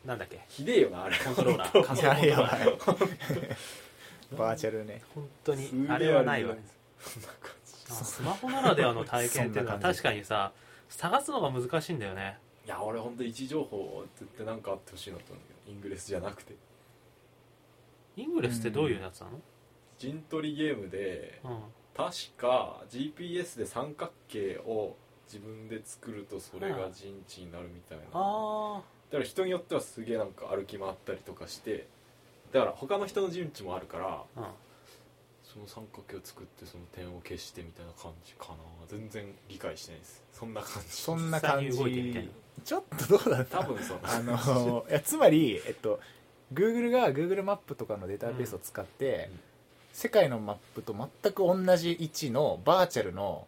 [SPEAKER 2] なんだっけ [LAUGHS]
[SPEAKER 3] ひでえよなあれ
[SPEAKER 2] コントローラー
[SPEAKER 1] いややばい [LAUGHS] バーチャルね
[SPEAKER 2] 本当に
[SPEAKER 3] すげえ
[SPEAKER 2] あれはないわ
[SPEAKER 3] あれじゃないそんな感じ
[SPEAKER 2] あスマホならではの体験っていうのは
[SPEAKER 1] そんな感
[SPEAKER 2] 確
[SPEAKER 1] じ
[SPEAKER 2] かにさ探すのが難しいんだよね
[SPEAKER 3] [LAUGHS] いや俺本当位置情報って言ってなんかあってほしいなと思うんだけどイングレスじゃなくて
[SPEAKER 2] イングレスってどういうやつなの
[SPEAKER 3] 陣取りゲームで
[SPEAKER 2] うん
[SPEAKER 3] 確か GPS で三角形を自分で作るとそれが陣地になるみたいなだか
[SPEAKER 2] あ
[SPEAKER 3] ら人によってはすげえなんか歩き回ったりとかしてだから他の人の陣地もあるから
[SPEAKER 2] あうん
[SPEAKER 3] その三角形を作ってその点を消してみたいな感じかな全然理解してないですそんな感じ
[SPEAKER 1] そんな感
[SPEAKER 2] 実際に動いてみたい
[SPEAKER 1] じ
[SPEAKER 2] な
[SPEAKER 1] ちょっとどうだった
[SPEAKER 3] 多分その
[SPEAKER 1] あ
[SPEAKER 3] [LAUGHS]
[SPEAKER 1] のいやつまり、えっと、Google が Google マップとかのデータベースを使って、
[SPEAKER 3] うん
[SPEAKER 1] 世界のマップと全く同じ位置のバーチャルの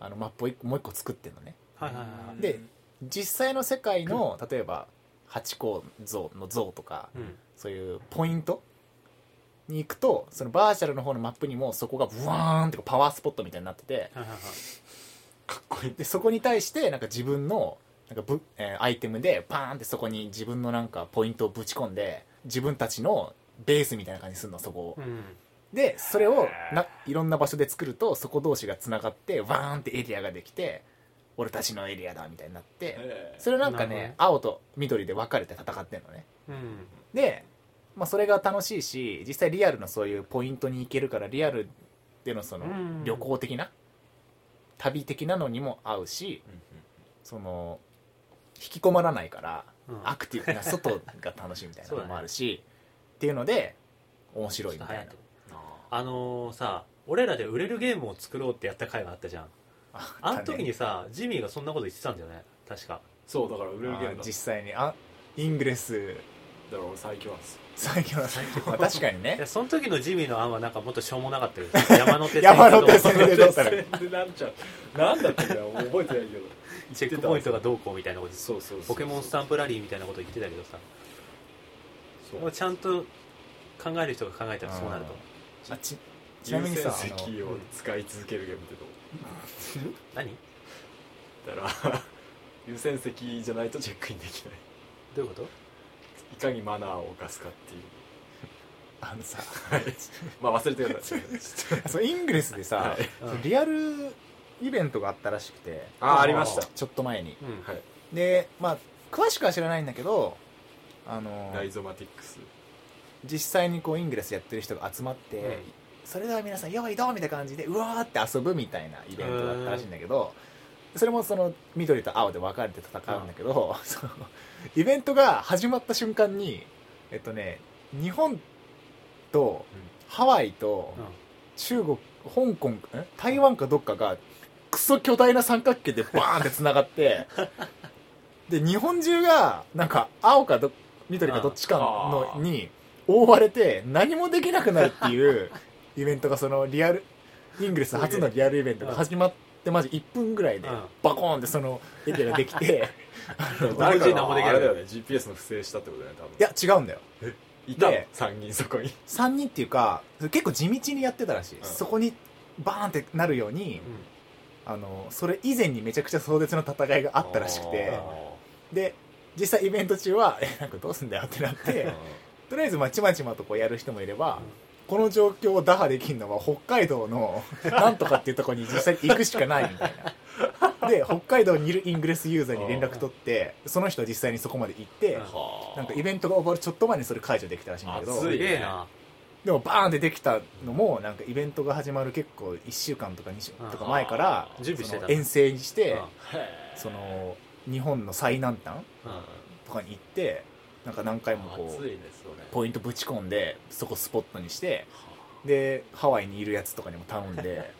[SPEAKER 1] あのマップを一個もう一個作ってるのね
[SPEAKER 2] はいはいはいはい
[SPEAKER 1] で実際の世界の例えば八甲像の像とか
[SPEAKER 2] うん
[SPEAKER 1] そういうポイントに行くとそのバーチャルの方のマップにもそこがブワーンってこうパワースポットみたいになってて
[SPEAKER 2] はいはいはい
[SPEAKER 3] かっこいい
[SPEAKER 1] でそこに対してなんか自分のなんかぶ、えーアイテムでパーンってそこに自分のなんかポイントをぶち込んで自分たちのベースみたいな感じにするのそこを
[SPEAKER 2] うん
[SPEAKER 1] でそれをないろんな場所で作るとそこ同士がつながってバーンってエリアができて俺たちのエリアだみたいになって
[SPEAKER 3] え
[SPEAKER 1] それをなんか
[SPEAKER 2] なるほど
[SPEAKER 1] ね
[SPEAKER 2] ね
[SPEAKER 1] 青と緑で分かれて戦ってんのね
[SPEAKER 2] うん
[SPEAKER 1] で、まあ、それが楽しいし実際リアルのそういうポイントに行けるからリアルでのその
[SPEAKER 2] うん
[SPEAKER 1] 旅行的な旅的なのにも合うし
[SPEAKER 3] え
[SPEAKER 1] その引きこもらないから
[SPEAKER 2] うん
[SPEAKER 1] アクティブな外が楽しいみたいなのもあるし、っていうので面白いみたい
[SPEAKER 2] ちょっ
[SPEAKER 1] な
[SPEAKER 2] と流行ってる
[SPEAKER 3] あ
[SPEAKER 2] あのーさ俺らで売れるゲームを作ろうってやった回があったじゃんあの時にさジミーがそんなこと言ってたんだよね確か
[SPEAKER 3] そうだから売れるゲームだ
[SPEAKER 1] あ実際にあイングレス
[SPEAKER 3] だから俺最強なんですよ
[SPEAKER 1] 最強のまあ確かに
[SPEAKER 2] い [LAUGHS]
[SPEAKER 1] ね
[SPEAKER 2] やその時のジミーの案はなんかもっとしょうもなか
[SPEAKER 3] [LAUGHS]
[SPEAKER 2] ったけど山手線
[SPEAKER 1] 山
[SPEAKER 2] と
[SPEAKER 1] 手線それでどうしたらいい
[SPEAKER 3] それで [LAUGHS] なんちゃうなんだったんだよ覚えてないけど
[SPEAKER 2] チェックポイントがどうこうみたいなこと
[SPEAKER 3] そうそうそう
[SPEAKER 2] ポケモンスタンプラリーみたいなこと言ってたけどさ
[SPEAKER 3] そう
[SPEAKER 2] もうちゃんと考える人が考えたらそうなると
[SPEAKER 1] あちちなみにさあ
[SPEAKER 3] 優先
[SPEAKER 1] の
[SPEAKER 3] 席を使い続けるゲームってど
[SPEAKER 2] 何ど
[SPEAKER 3] うだから [LAUGHS] 優先席じゃないとチェックインできないう
[SPEAKER 2] いうこと
[SPEAKER 3] いかにマナーを犯すかっていう
[SPEAKER 1] あのさ
[SPEAKER 3] まあ忘れてください
[SPEAKER 1] [LAUGHS] そうイングレスでさ、
[SPEAKER 3] はい
[SPEAKER 2] うん
[SPEAKER 1] リアルイベントがあったらしくて
[SPEAKER 3] あ
[SPEAKER 2] ありました
[SPEAKER 1] ちょっと前に
[SPEAKER 2] うん
[SPEAKER 3] はい
[SPEAKER 1] でまあ詳しくは知らないんだけどあの
[SPEAKER 3] ライゾマティックス
[SPEAKER 1] 実際にこうイングレスやってる人が集まって、
[SPEAKER 2] うん
[SPEAKER 1] それでは皆さん用意どうみたいな感じでうわーって遊ぶみたいなイベントだったらしいんだけどそれもその緑と青で分かれて戦うんだけど、 [LAUGHS] そのイベントが始まった瞬間にえっとね日本とハワイと
[SPEAKER 2] うん
[SPEAKER 1] 中国香港え台湾かどっかがクソ巨大な三角形でバーンってつながってで日本中がなんか青かど緑かどっちかの
[SPEAKER 3] あー
[SPEAKER 1] に覆われて何もできなくなるっていうイベントがそのリアルイングレス初のリアルイベントが始まってまじ1分ぐらいで
[SPEAKER 2] うん
[SPEAKER 1] バコーンってそのエリアができてあの
[SPEAKER 3] 誰
[SPEAKER 2] 誰
[SPEAKER 3] か
[SPEAKER 2] か
[SPEAKER 3] あれ
[SPEAKER 2] が
[SPEAKER 3] だよね GPS の不正したってことだよね多分
[SPEAKER 1] いや違うんだよ
[SPEAKER 3] いたの
[SPEAKER 1] で
[SPEAKER 3] 三人そこに
[SPEAKER 1] 3人っていうか結構地道にやってたらしい、
[SPEAKER 3] うん
[SPEAKER 1] そこにバーンってなるように、あのそれ以前にめちゃくちゃ壮絶な戦いがあったらしくてで実際イベント中は「えなんかどうすんだよ」ってなってとりあえずまちまちまとこうやる人もいれば、この状況を打破できるのは北海道
[SPEAKER 2] [LAUGHS]
[SPEAKER 1] のなんとかっていうところに実際に行くしかないみたいなで北海道にいるイングレスユーザーに連絡取ってその人は実際にそこまで行って
[SPEAKER 2] うん
[SPEAKER 1] なんかイベントが終わるちょっと前にそれ解除できたらしいんだけど
[SPEAKER 3] 熱
[SPEAKER 2] す
[SPEAKER 3] い
[SPEAKER 2] げえな
[SPEAKER 1] でもバーンってできたのもなんかイベントが始まる結構1週間とか2週とか前から
[SPEAKER 2] 準備してた
[SPEAKER 1] そ
[SPEAKER 2] の
[SPEAKER 1] の遠征にして、
[SPEAKER 2] うん
[SPEAKER 1] その日本の最南端
[SPEAKER 2] うん
[SPEAKER 1] とかに行ってなんか何回もこ
[SPEAKER 3] 熱
[SPEAKER 1] う
[SPEAKER 3] いですよね
[SPEAKER 1] ポイントぶち込んでそこスポットにしてでハワイにいるやつとかにも頼ん
[SPEAKER 2] [LAUGHS]
[SPEAKER 1] で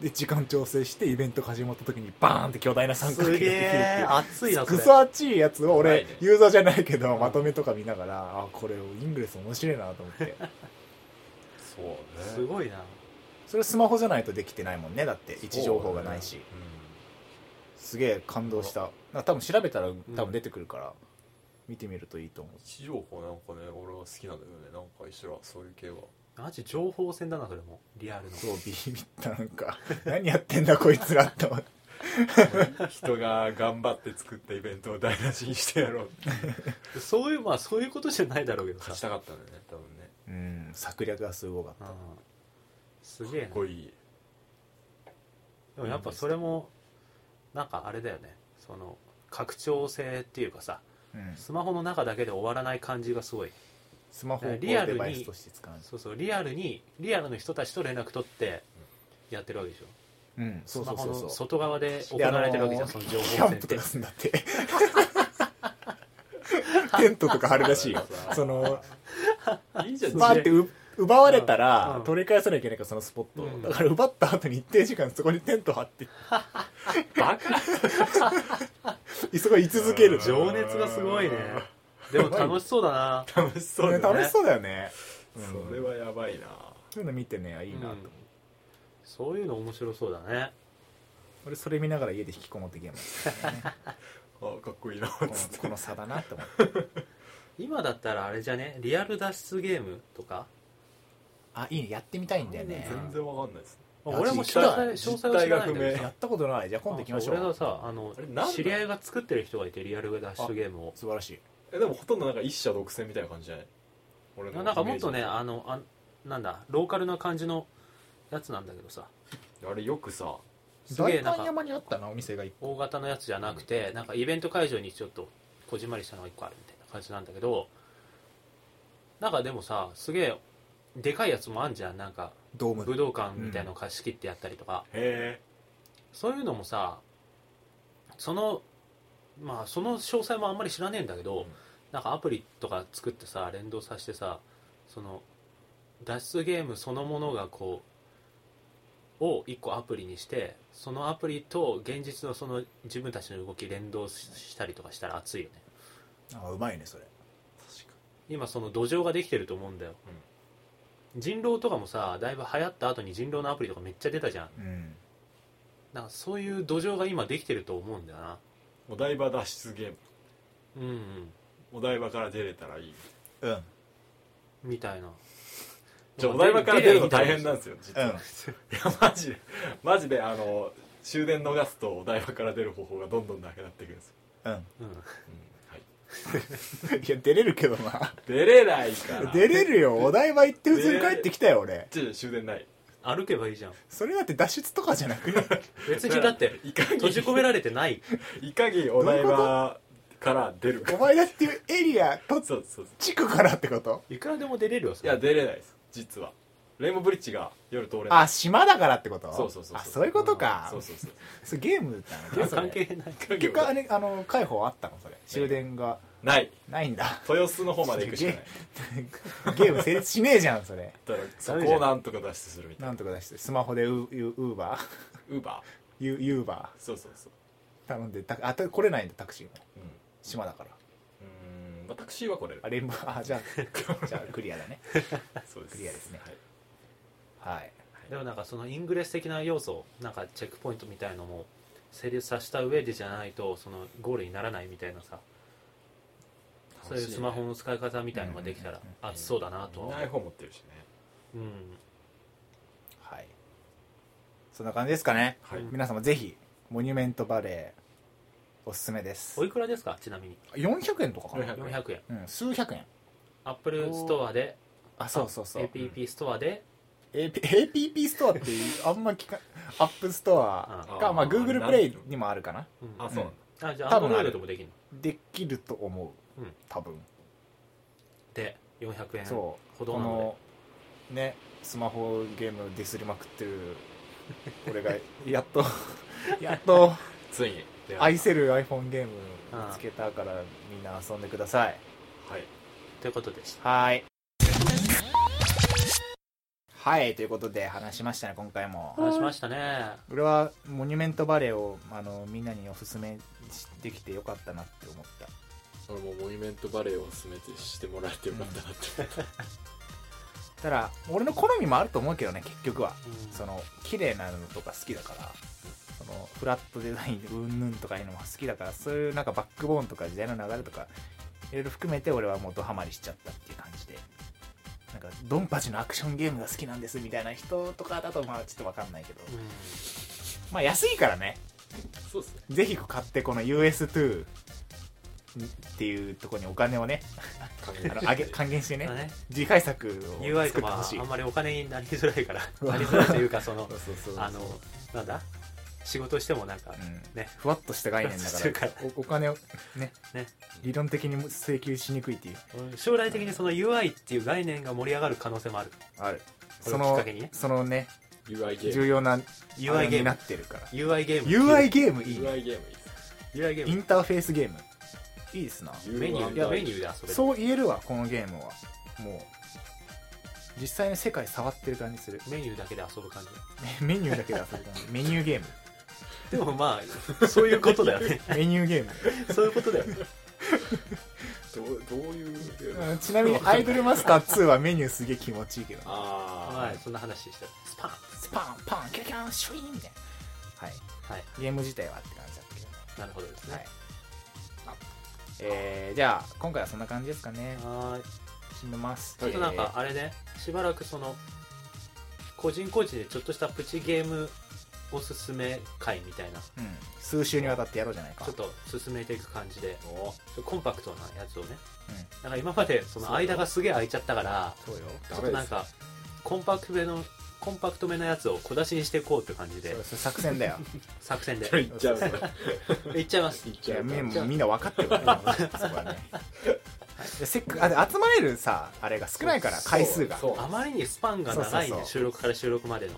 [SPEAKER 1] で時間調整してイベントが始まった時にバーンって巨大な三角形が
[SPEAKER 2] す
[SPEAKER 1] でき
[SPEAKER 2] げ
[SPEAKER 1] るってい
[SPEAKER 2] え
[SPEAKER 1] う
[SPEAKER 2] 熱いなそ
[SPEAKER 1] ク
[SPEAKER 2] れ
[SPEAKER 1] ソ熱いやつを
[SPEAKER 3] うま
[SPEAKER 1] 俺
[SPEAKER 3] いね
[SPEAKER 1] ユーザーじゃないけどまとめとか見ながらあこれイングレス面白いなと思って
[SPEAKER 3] そうね
[SPEAKER 2] すごいな
[SPEAKER 1] それスマホじゃないとできてないもんねだって位置情報がないし
[SPEAKER 3] う
[SPEAKER 1] すげえ感動したなんか多分調べたら多分出てくるから見てみるといいと思うん
[SPEAKER 3] 位置情報なんかね俺は好きなんだよねなんか一緒だそういう系は
[SPEAKER 2] マジ情報戦だなそれもリアルの
[SPEAKER 1] そうビビったなんか [LAUGHS] 何やってんだこいつらって思って
[SPEAKER 3] 人が頑張って作ったイベントを台無しにしてやろうって
[SPEAKER 2] そういうまあそういうことじゃないだろうけどさ
[SPEAKER 3] 勝ちたかったんだよね多分ね
[SPEAKER 1] うん策略がすごかっ
[SPEAKER 2] う
[SPEAKER 1] た
[SPEAKER 2] んすげえ
[SPEAKER 3] かっ
[SPEAKER 2] な
[SPEAKER 3] こいい
[SPEAKER 2] でもやっぱそれもなんかあれだよねその拡張性っていうかさ
[SPEAKER 1] うん
[SPEAKER 2] スマホの中だけで終わらない感じがすごい
[SPEAKER 1] スマホをこう
[SPEAKER 2] リアル
[SPEAKER 1] デ
[SPEAKER 2] に
[SPEAKER 1] バイスとして使う
[SPEAKER 2] そうそうリアルにリアルの人たちと連絡取ってやってるわけでしょ
[SPEAKER 1] うんそうそう
[SPEAKER 2] スマホ
[SPEAKER 1] そ
[SPEAKER 2] の
[SPEAKER 1] うそう
[SPEAKER 2] 外側で行われてるわけじゃん
[SPEAKER 1] で
[SPEAKER 2] その情
[SPEAKER 1] キ
[SPEAKER 2] 報
[SPEAKER 1] ャ
[SPEAKER 2] 戦
[SPEAKER 1] ン
[SPEAKER 2] っ
[SPEAKER 1] プ
[SPEAKER 2] て
[SPEAKER 1] とかすんだってテントとか張るらしいよ [LAUGHS] その
[SPEAKER 3] いいじゃん
[SPEAKER 1] バーってう奪われた
[SPEAKER 2] うん
[SPEAKER 1] ら
[SPEAKER 2] うん
[SPEAKER 1] 取り返さなきゃいけないからそのスポット
[SPEAKER 2] う
[SPEAKER 1] を
[SPEAKER 2] ん
[SPEAKER 1] だから奪った後に一定時間そこにテント張って
[SPEAKER 3] バカ
[SPEAKER 1] そこに居続ける
[SPEAKER 3] うん
[SPEAKER 2] 情熱がすごいねでも楽しそうだな
[SPEAKER 3] 楽しそう
[SPEAKER 1] ね
[SPEAKER 3] だね
[SPEAKER 1] 楽しそうだよねうん
[SPEAKER 3] それはやばいな
[SPEAKER 1] そういうの見てねあいいなと思う
[SPEAKER 2] うんそういうの面白そうだね
[SPEAKER 1] 俺それ見ながら家で引きこもってゲームやってたね
[SPEAKER 3] あかっこいいな
[SPEAKER 1] この
[SPEAKER 3] つって
[SPEAKER 1] この差だなと思って
[SPEAKER 2] 今だったらあれじゃねリアル脱出ゲームとか
[SPEAKER 1] あいいねやってみたいんだよね
[SPEAKER 3] 全然わかんないです
[SPEAKER 2] まあ
[SPEAKER 1] マジ
[SPEAKER 2] 俺も詳細詳細は知らないんだけど
[SPEAKER 3] 実態が不明
[SPEAKER 1] やったことないじゃあ今度行きましょう
[SPEAKER 2] あそう俺がさあの
[SPEAKER 3] あれなんだ
[SPEAKER 2] 知り合いが作ってる人がいてリアルダッシュゲームを
[SPEAKER 1] 素晴らしい
[SPEAKER 3] えでもほとんどなんか一社独占みたいな感じじゃない俺の
[SPEAKER 2] なんかもっとね
[SPEAKER 3] イメー
[SPEAKER 2] あのあなんだローカルな感じのやつなんだけどさ
[SPEAKER 3] ジあれよくさ
[SPEAKER 2] すげえ
[SPEAKER 1] 大
[SPEAKER 2] なん
[SPEAKER 1] 観
[SPEAKER 2] か
[SPEAKER 1] 山にあったなお店が一個
[SPEAKER 2] 大型のやつじゃなくてなんかイベント会場にちょっとこじんまりしたのが1個あるみたいな感じなんだけどなんかでもさすげえでかいやつもあんじゃんなんか
[SPEAKER 1] ドーム
[SPEAKER 2] 武道館みたいの貸し切ってやったりとか、
[SPEAKER 3] へ
[SPEAKER 2] そういうのもさそのまあその詳細もあんまり知らねえんだけど、
[SPEAKER 3] うん
[SPEAKER 2] なんかアプリとか作ってさ連動させてさその脱出ゲームそのものがこうを一個アプリにしてそのアプリと現実のその自分たちの動き連動ししたりとかしたら熱いよね
[SPEAKER 1] あうまいねそれ
[SPEAKER 2] 今その土壌ができてると思うんだよ、人狼とかもさだいぶ流行った後に人狼のアプリとかめっちゃ出たじゃん
[SPEAKER 1] うん
[SPEAKER 2] なんかそういう土壌が今できてると思うんだよな
[SPEAKER 3] お台場脱出ゲーム
[SPEAKER 2] うんうん
[SPEAKER 3] お台場から出れたらいい
[SPEAKER 1] うんうん
[SPEAKER 2] みたいな
[SPEAKER 3] じゃあお台場から出るの大変なんですよ実は、いやマジでマジであの終電逃すとお台場から出る方法がどんどんなくなっていくんですよ、
[SPEAKER 1] うん [LAUGHS]
[SPEAKER 2] うん
[SPEAKER 3] うんはい、
[SPEAKER 1] いや出れるけどな
[SPEAKER 3] 出れないから
[SPEAKER 1] 出れるよお台場行って普通に帰ってきたよ俺
[SPEAKER 3] ちょ終電ない
[SPEAKER 2] 歩けばいいじゃん
[SPEAKER 1] それだって脱出とかじゃなくね
[SPEAKER 2] 別にだって
[SPEAKER 3] いか
[SPEAKER 2] 閉
[SPEAKER 3] に
[SPEAKER 2] じ込められてない
[SPEAKER 3] いかにお台場から出る
[SPEAKER 1] お前だってエリアと
[SPEAKER 3] そうそうそう
[SPEAKER 1] 地区からってこと
[SPEAKER 2] いくらでも出れるよそ
[SPEAKER 3] い
[SPEAKER 2] れ
[SPEAKER 3] や出れないです実はレインボーブリッジが夜通れない
[SPEAKER 1] あ島だからってこと
[SPEAKER 3] そうそうそう
[SPEAKER 1] あそういうことか
[SPEAKER 3] そうそうそう
[SPEAKER 1] それゲームだったのねそれ
[SPEAKER 2] 関係ない
[SPEAKER 3] 関係
[SPEAKER 1] 結果
[SPEAKER 3] な
[SPEAKER 1] あ
[SPEAKER 3] い
[SPEAKER 1] れあの解放あったのそれ終電が
[SPEAKER 3] ない
[SPEAKER 1] ないんだ
[SPEAKER 3] 豊洲の方まで行くしかない
[SPEAKER 1] ゲーム成立しねえじゃんそれ
[SPEAKER 3] だからそこをなんとか脱出するみたい
[SPEAKER 1] な
[SPEAKER 3] なん
[SPEAKER 1] とか出してスマホでウウウー [LAUGHS] バー
[SPEAKER 3] ウーバ
[SPEAKER 1] ユユーバ
[SPEAKER 3] ーそうそうそう
[SPEAKER 1] ー頼んでタクあた来れないんだタクシーも
[SPEAKER 3] うん
[SPEAKER 1] 島だから
[SPEAKER 3] うーんまあタクシーは来れる
[SPEAKER 1] あレインボーあじゃあ [LAUGHS] じゃあクリアだね
[SPEAKER 3] そうです
[SPEAKER 1] クリアですね
[SPEAKER 3] はい
[SPEAKER 1] はい
[SPEAKER 2] でもなんかそのイングレス的な要素なんかチェックポイントみたいのも成立させた上でじゃないとそのゴールにならないみたいなさそういうスマホの使い方みたいのができたら
[SPEAKER 1] うんうん
[SPEAKER 2] あそうだなとは
[SPEAKER 3] ナイフを持ってるしね
[SPEAKER 2] うん
[SPEAKER 1] はいそんな感じですかね
[SPEAKER 3] はい
[SPEAKER 2] うん
[SPEAKER 1] 皆様ぜひモニュメントバレーおすすめです
[SPEAKER 2] おいくらですかちなみに
[SPEAKER 1] 400円とかかな
[SPEAKER 3] 400
[SPEAKER 2] 400円
[SPEAKER 1] うん数百円
[SPEAKER 2] アップルストアで
[SPEAKER 1] あそうそうそう
[SPEAKER 2] APP ストアで
[SPEAKER 1] AP APP ストアってあんま聞 [LAUGHS] かアップストア
[SPEAKER 3] うん
[SPEAKER 1] かまあ Google プレイにもあるかな
[SPEAKER 2] うん
[SPEAKER 3] あそうなんだ
[SPEAKER 2] あじゃあ
[SPEAKER 1] 多
[SPEAKER 2] アンド
[SPEAKER 1] 分あ
[SPEAKER 2] ロ
[SPEAKER 1] る
[SPEAKER 2] イドでもできるの
[SPEAKER 1] できると思う、
[SPEAKER 2] うん
[SPEAKER 1] 多分
[SPEAKER 2] で400円ほ
[SPEAKER 1] そう
[SPEAKER 2] ど
[SPEAKER 1] こ
[SPEAKER 2] なの
[SPEAKER 1] のねスマホゲームディスりまくってる [LAUGHS] 俺がやっとやっと
[SPEAKER 3] ついに出会った
[SPEAKER 1] 愛せる iPhone ゲーム見つけたからみんな遊んでください
[SPEAKER 3] はい
[SPEAKER 2] でということでした
[SPEAKER 1] はいはいということで話しましたね今回も
[SPEAKER 2] 話しましたね
[SPEAKER 1] 俺はモニュメントバレーをあのみんなにおすすめしできてよかったなって思った
[SPEAKER 3] 俺もモニュメントバレーを進めてしてもらえてよかったなって、
[SPEAKER 1] ただ俺の好みもあると思うけどね結局は
[SPEAKER 2] うん
[SPEAKER 1] その綺麗なのとか好きだからそのフラットデザインうんぬんとかいうのも好きだからそういうなんかバックボーンとか時代の流れとかいろいろ含めて俺はもうドハマりしちゃったっていう感じでなんかドンパチのアクションゲームが好きなんですみたいな人とかだとまあちょっとわかんないけど
[SPEAKER 2] うん
[SPEAKER 1] まあ安いからね
[SPEAKER 3] そうですね
[SPEAKER 1] ぜひ買ってこの US2 っていうところにお金をね
[SPEAKER 3] 還
[SPEAKER 1] あのあげ還元して
[SPEAKER 2] [LAUGHS]
[SPEAKER 1] ね
[SPEAKER 2] だね
[SPEAKER 1] 次回作を作っ
[SPEAKER 2] UI
[SPEAKER 1] て
[SPEAKER 2] と
[SPEAKER 1] ほ
[SPEAKER 2] か
[SPEAKER 1] しい
[SPEAKER 2] あんまりお金になりづらいからなりづらいというかその
[SPEAKER 1] そうそうそうそう
[SPEAKER 2] あのなんだ仕事してもなんか
[SPEAKER 1] うん
[SPEAKER 2] ね
[SPEAKER 1] ふわっとした概念だ
[SPEAKER 2] ふわっとし
[SPEAKER 1] か
[SPEAKER 2] て
[SPEAKER 1] ら
[SPEAKER 2] るから
[SPEAKER 1] おお金をね
[SPEAKER 2] ね
[SPEAKER 1] 理論的に請求しにくいっていう
[SPEAKER 2] 将来的にその UI っていう概念が盛り上がる可能性もある
[SPEAKER 1] あるそ
[SPEAKER 2] これをきっ
[SPEAKER 1] の
[SPEAKER 2] かけにね
[SPEAKER 1] そのね
[SPEAKER 3] UI ゲーム
[SPEAKER 1] 重要な
[SPEAKER 2] UI ゲー
[SPEAKER 1] に
[SPEAKER 2] ム
[SPEAKER 1] なってるから
[SPEAKER 2] UI ゲーム
[SPEAKER 1] UI ゲームいいね
[SPEAKER 3] UI ゲームいいです
[SPEAKER 2] UI ゲ
[SPEAKER 1] イ
[SPEAKER 2] ーム
[SPEAKER 1] ンターフェースゲームいいですな
[SPEAKER 3] UI
[SPEAKER 2] メニューいやメニューで遊べる
[SPEAKER 1] そう言えるわこのゲームはもう実際に世界触ってる感じする
[SPEAKER 2] メニューだけで遊ぶ感じ
[SPEAKER 1] メメニューだけで遊ぶ感 [LAUGHS] じメニューゲーム
[SPEAKER 2] でもまあ [LAUGHS] そういうことだよね
[SPEAKER 1] メニュー [LAUGHS] ゲーム
[SPEAKER 2] そういうことだよね
[SPEAKER 3] どうどういう
[SPEAKER 1] うんちなみにアイドルマスター2はメニューすげえ気持ちいいけどね
[SPEAKER 3] あ
[SPEAKER 2] はいそんな話でしたスパン
[SPEAKER 1] スパンパンキャキャンシュイーンみたいなはい
[SPEAKER 2] はい
[SPEAKER 1] ゲーム自体はって感じだったけどね
[SPEAKER 2] なるほどです
[SPEAKER 1] はい
[SPEAKER 2] ね、
[SPEAKER 1] えー、じゃあ今回はそんな感じですかね
[SPEAKER 2] はーい
[SPEAKER 1] 締めます
[SPEAKER 2] ちょっとなんかあれねしばらくその個人個人でちょっとしたプチゲームおすすめ会みたいな
[SPEAKER 1] えーうん、数週にわたってやろうじゃないか
[SPEAKER 2] ちょっと進めていく感じで
[SPEAKER 3] ーお
[SPEAKER 2] コンパクトなやつをね
[SPEAKER 1] うん
[SPEAKER 2] なんか今までその間がすげえ空いちゃったから
[SPEAKER 1] そうよ
[SPEAKER 2] ちょっとなんかコンパクトめのコンパクトめのやつを小出しにしていこうって感じで
[SPEAKER 1] そうそう作戦だよ
[SPEAKER 2] 作
[SPEAKER 1] [LAUGHS]
[SPEAKER 2] 戦で
[SPEAKER 3] いっちゃうぞ
[SPEAKER 2] いっちゃいます
[SPEAKER 3] いっ
[SPEAKER 1] い
[SPEAKER 3] ちゃ
[SPEAKER 1] や
[SPEAKER 3] う
[SPEAKER 1] み
[SPEAKER 3] ぞ
[SPEAKER 1] もうみんな分かってるからねそこはねでせっかあで集まれるさあれが少ないから
[SPEAKER 3] そう
[SPEAKER 1] 回数が
[SPEAKER 3] そう
[SPEAKER 2] あまりにスパンが長
[SPEAKER 1] そ
[SPEAKER 2] い
[SPEAKER 1] うそう
[SPEAKER 2] ね
[SPEAKER 1] そう
[SPEAKER 2] 収録から収録までの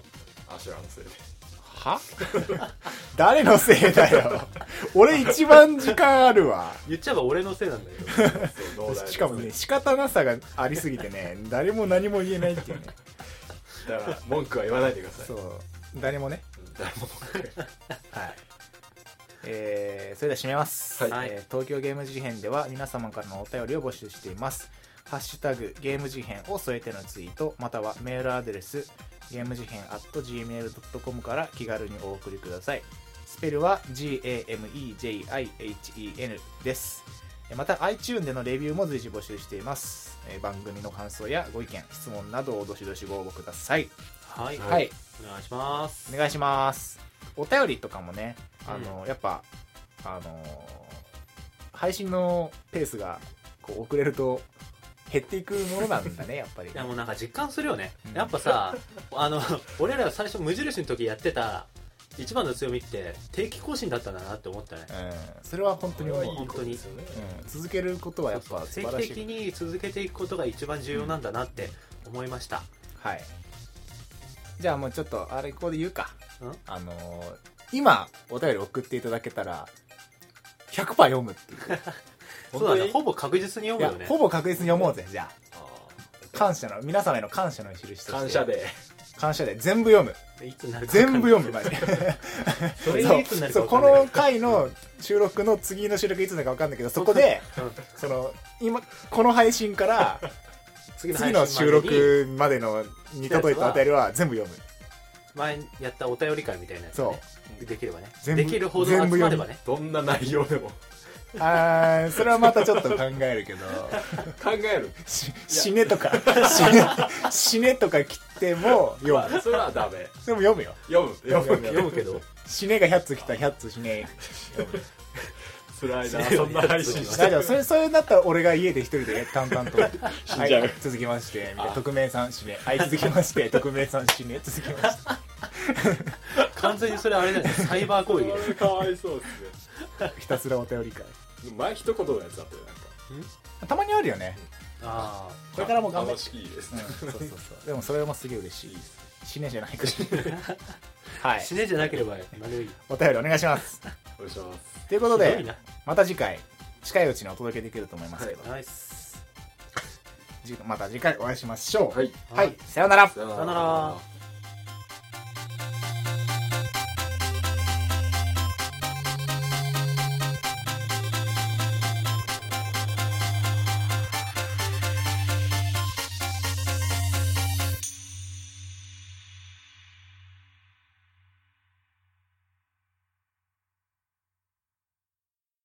[SPEAKER 3] アシュラのせいで
[SPEAKER 1] は [LAUGHS] 誰のせいだよ俺一番時間あるわ
[SPEAKER 2] 言っちゃえば俺のせいなんだけ
[SPEAKER 1] [LAUGHS]
[SPEAKER 2] ど
[SPEAKER 3] そう脳内
[SPEAKER 1] しかもね仕方なさがありすぎてね誰も何も言えないっていうね
[SPEAKER 3] だから文句は言わないでくださ
[SPEAKER 1] そ
[SPEAKER 3] いう
[SPEAKER 1] 誰もね
[SPEAKER 3] 誰も文句
[SPEAKER 1] はい。えーそれでは締めます、
[SPEAKER 2] はい
[SPEAKER 1] えー東京ゲーム事変では皆様からのお便りを募集しています。ハッシュタグゲーム事変を添えてのツイート、またはメールアドレス、ゲーム事変 gmail.com から気軽にお送りください。スペルは GAMEJIHEN です。えーまた iTune でのレビューも随時募集しています。えー番組の感想やご意見、質問などをどしどしご応募ください。
[SPEAKER 2] はい、
[SPEAKER 3] はい
[SPEAKER 1] はい
[SPEAKER 2] お願いします
[SPEAKER 1] お願いしますお便りとかもねあの、やっぱあのー配信のペースがこう遅れると減っていくものなんだ
[SPEAKER 2] [LAUGHS]
[SPEAKER 1] ねやっぱり
[SPEAKER 2] いやもうなんか実感するよね
[SPEAKER 1] うん
[SPEAKER 2] やっぱさあの俺ら最初無印の時やってた一番の強みって定期更新だったんだなって思ったね
[SPEAKER 1] うん、それは本当に思う、
[SPEAKER 4] これはいいことですよね
[SPEAKER 1] うん、続けることはやっぱ素晴
[SPEAKER 2] 定期
[SPEAKER 1] らしい
[SPEAKER 2] 的に続けていくことが一番重要なんだなって思いました、
[SPEAKER 1] はいじゃあもうちょっとあれここで言うか
[SPEAKER 2] ん
[SPEAKER 1] あのー今お便り送っていただけたら100%読むっていう
[SPEAKER 2] そうだねほ
[SPEAKER 3] 本
[SPEAKER 2] ぼ確実に
[SPEAKER 1] い
[SPEAKER 2] 読
[SPEAKER 1] や
[SPEAKER 2] むよね
[SPEAKER 1] ほぼ確実に読もうぜじゃあ
[SPEAKER 3] 当に
[SPEAKER 1] 感謝の皆様への感謝の印として
[SPEAKER 3] 感謝で
[SPEAKER 1] 感謝で全部読む
[SPEAKER 2] いつになるか分か
[SPEAKER 1] 全
[SPEAKER 2] んない
[SPEAKER 1] 部読むマジで
[SPEAKER 2] [LAUGHS] それがいつになるか
[SPEAKER 1] そうこ
[SPEAKER 2] 分かんない
[SPEAKER 1] の回の収録の次の収録いつだか分かんないけどそこで
[SPEAKER 2] うん
[SPEAKER 1] その今この配信から
[SPEAKER 2] 次
[SPEAKER 1] 次の収録までのに届いたお便りは全部読む
[SPEAKER 2] 前にやったお便り会みたいなやつ、ね、
[SPEAKER 1] そう
[SPEAKER 2] できればね
[SPEAKER 1] 全部
[SPEAKER 2] できるほど集まればね
[SPEAKER 3] どんな内容でも
[SPEAKER 1] あーそれはまたちょっと考えるけ
[SPEAKER 2] [LAUGHS]
[SPEAKER 1] ど
[SPEAKER 3] 考える
[SPEAKER 1] し死ねとか死ね死ねとか切っても読む
[SPEAKER 3] それはダメ
[SPEAKER 1] でも読むよ
[SPEAKER 3] 読む読む
[SPEAKER 2] 読むけど
[SPEAKER 1] 死ねが100つ来たら100つ死ね
[SPEAKER 3] 辛いな
[SPEAKER 2] そ
[SPEAKER 3] そ
[SPEAKER 2] ん
[SPEAKER 3] ん
[SPEAKER 2] な配
[SPEAKER 3] な配
[SPEAKER 2] 信
[SPEAKER 3] 信
[SPEAKER 2] し
[SPEAKER 3] してて
[SPEAKER 1] [LAUGHS] 大丈夫それそれだったら俺が家で一人で淡々 [LAUGHS] と
[SPEAKER 3] 死んじゃう
[SPEAKER 1] はい続きましてみたいな匿名さん死ねはい続きま [LAUGHS] して匿名さん死ね続きまして
[SPEAKER 2] 完全にそれあれだよねサイバー攻撃
[SPEAKER 1] [LAUGHS]
[SPEAKER 2] だよね
[SPEAKER 3] かわいそうです
[SPEAKER 1] ひたすらお便り会
[SPEAKER 3] ね前一言のやつだったよなんか
[SPEAKER 1] たまにあるよね
[SPEAKER 2] あ
[SPEAKER 1] これからも頑張っ
[SPEAKER 3] 楽しいです
[SPEAKER 1] うん
[SPEAKER 3] ね
[SPEAKER 1] そうそう [LAUGHS] そうでもそれもすげえ嬉しい死ねじゃないか [LAUGHS] は
[SPEAKER 2] あ
[SPEAKER 1] い
[SPEAKER 2] 死ねじゃなければ何でもいい
[SPEAKER 1] お便りお願いします
[SPEAKER 3] お願いします
[SPEAKER 1] ということ
[SPEAKER 2] ひど
[SPEAKER 1] で
[SPEAKER 2] いな
[SPEAKER 1] また次回近いうちにお届けできると思いますけど、
[SPEAKER 2] ナイス
[SPEAKER 1] じまた次回お会いしましょう
[SPEAKER 3] はい
[SPEAKER 1] はい、さようなら
[SPEAKER 3] さよ
[SPEAKER 2] さよなら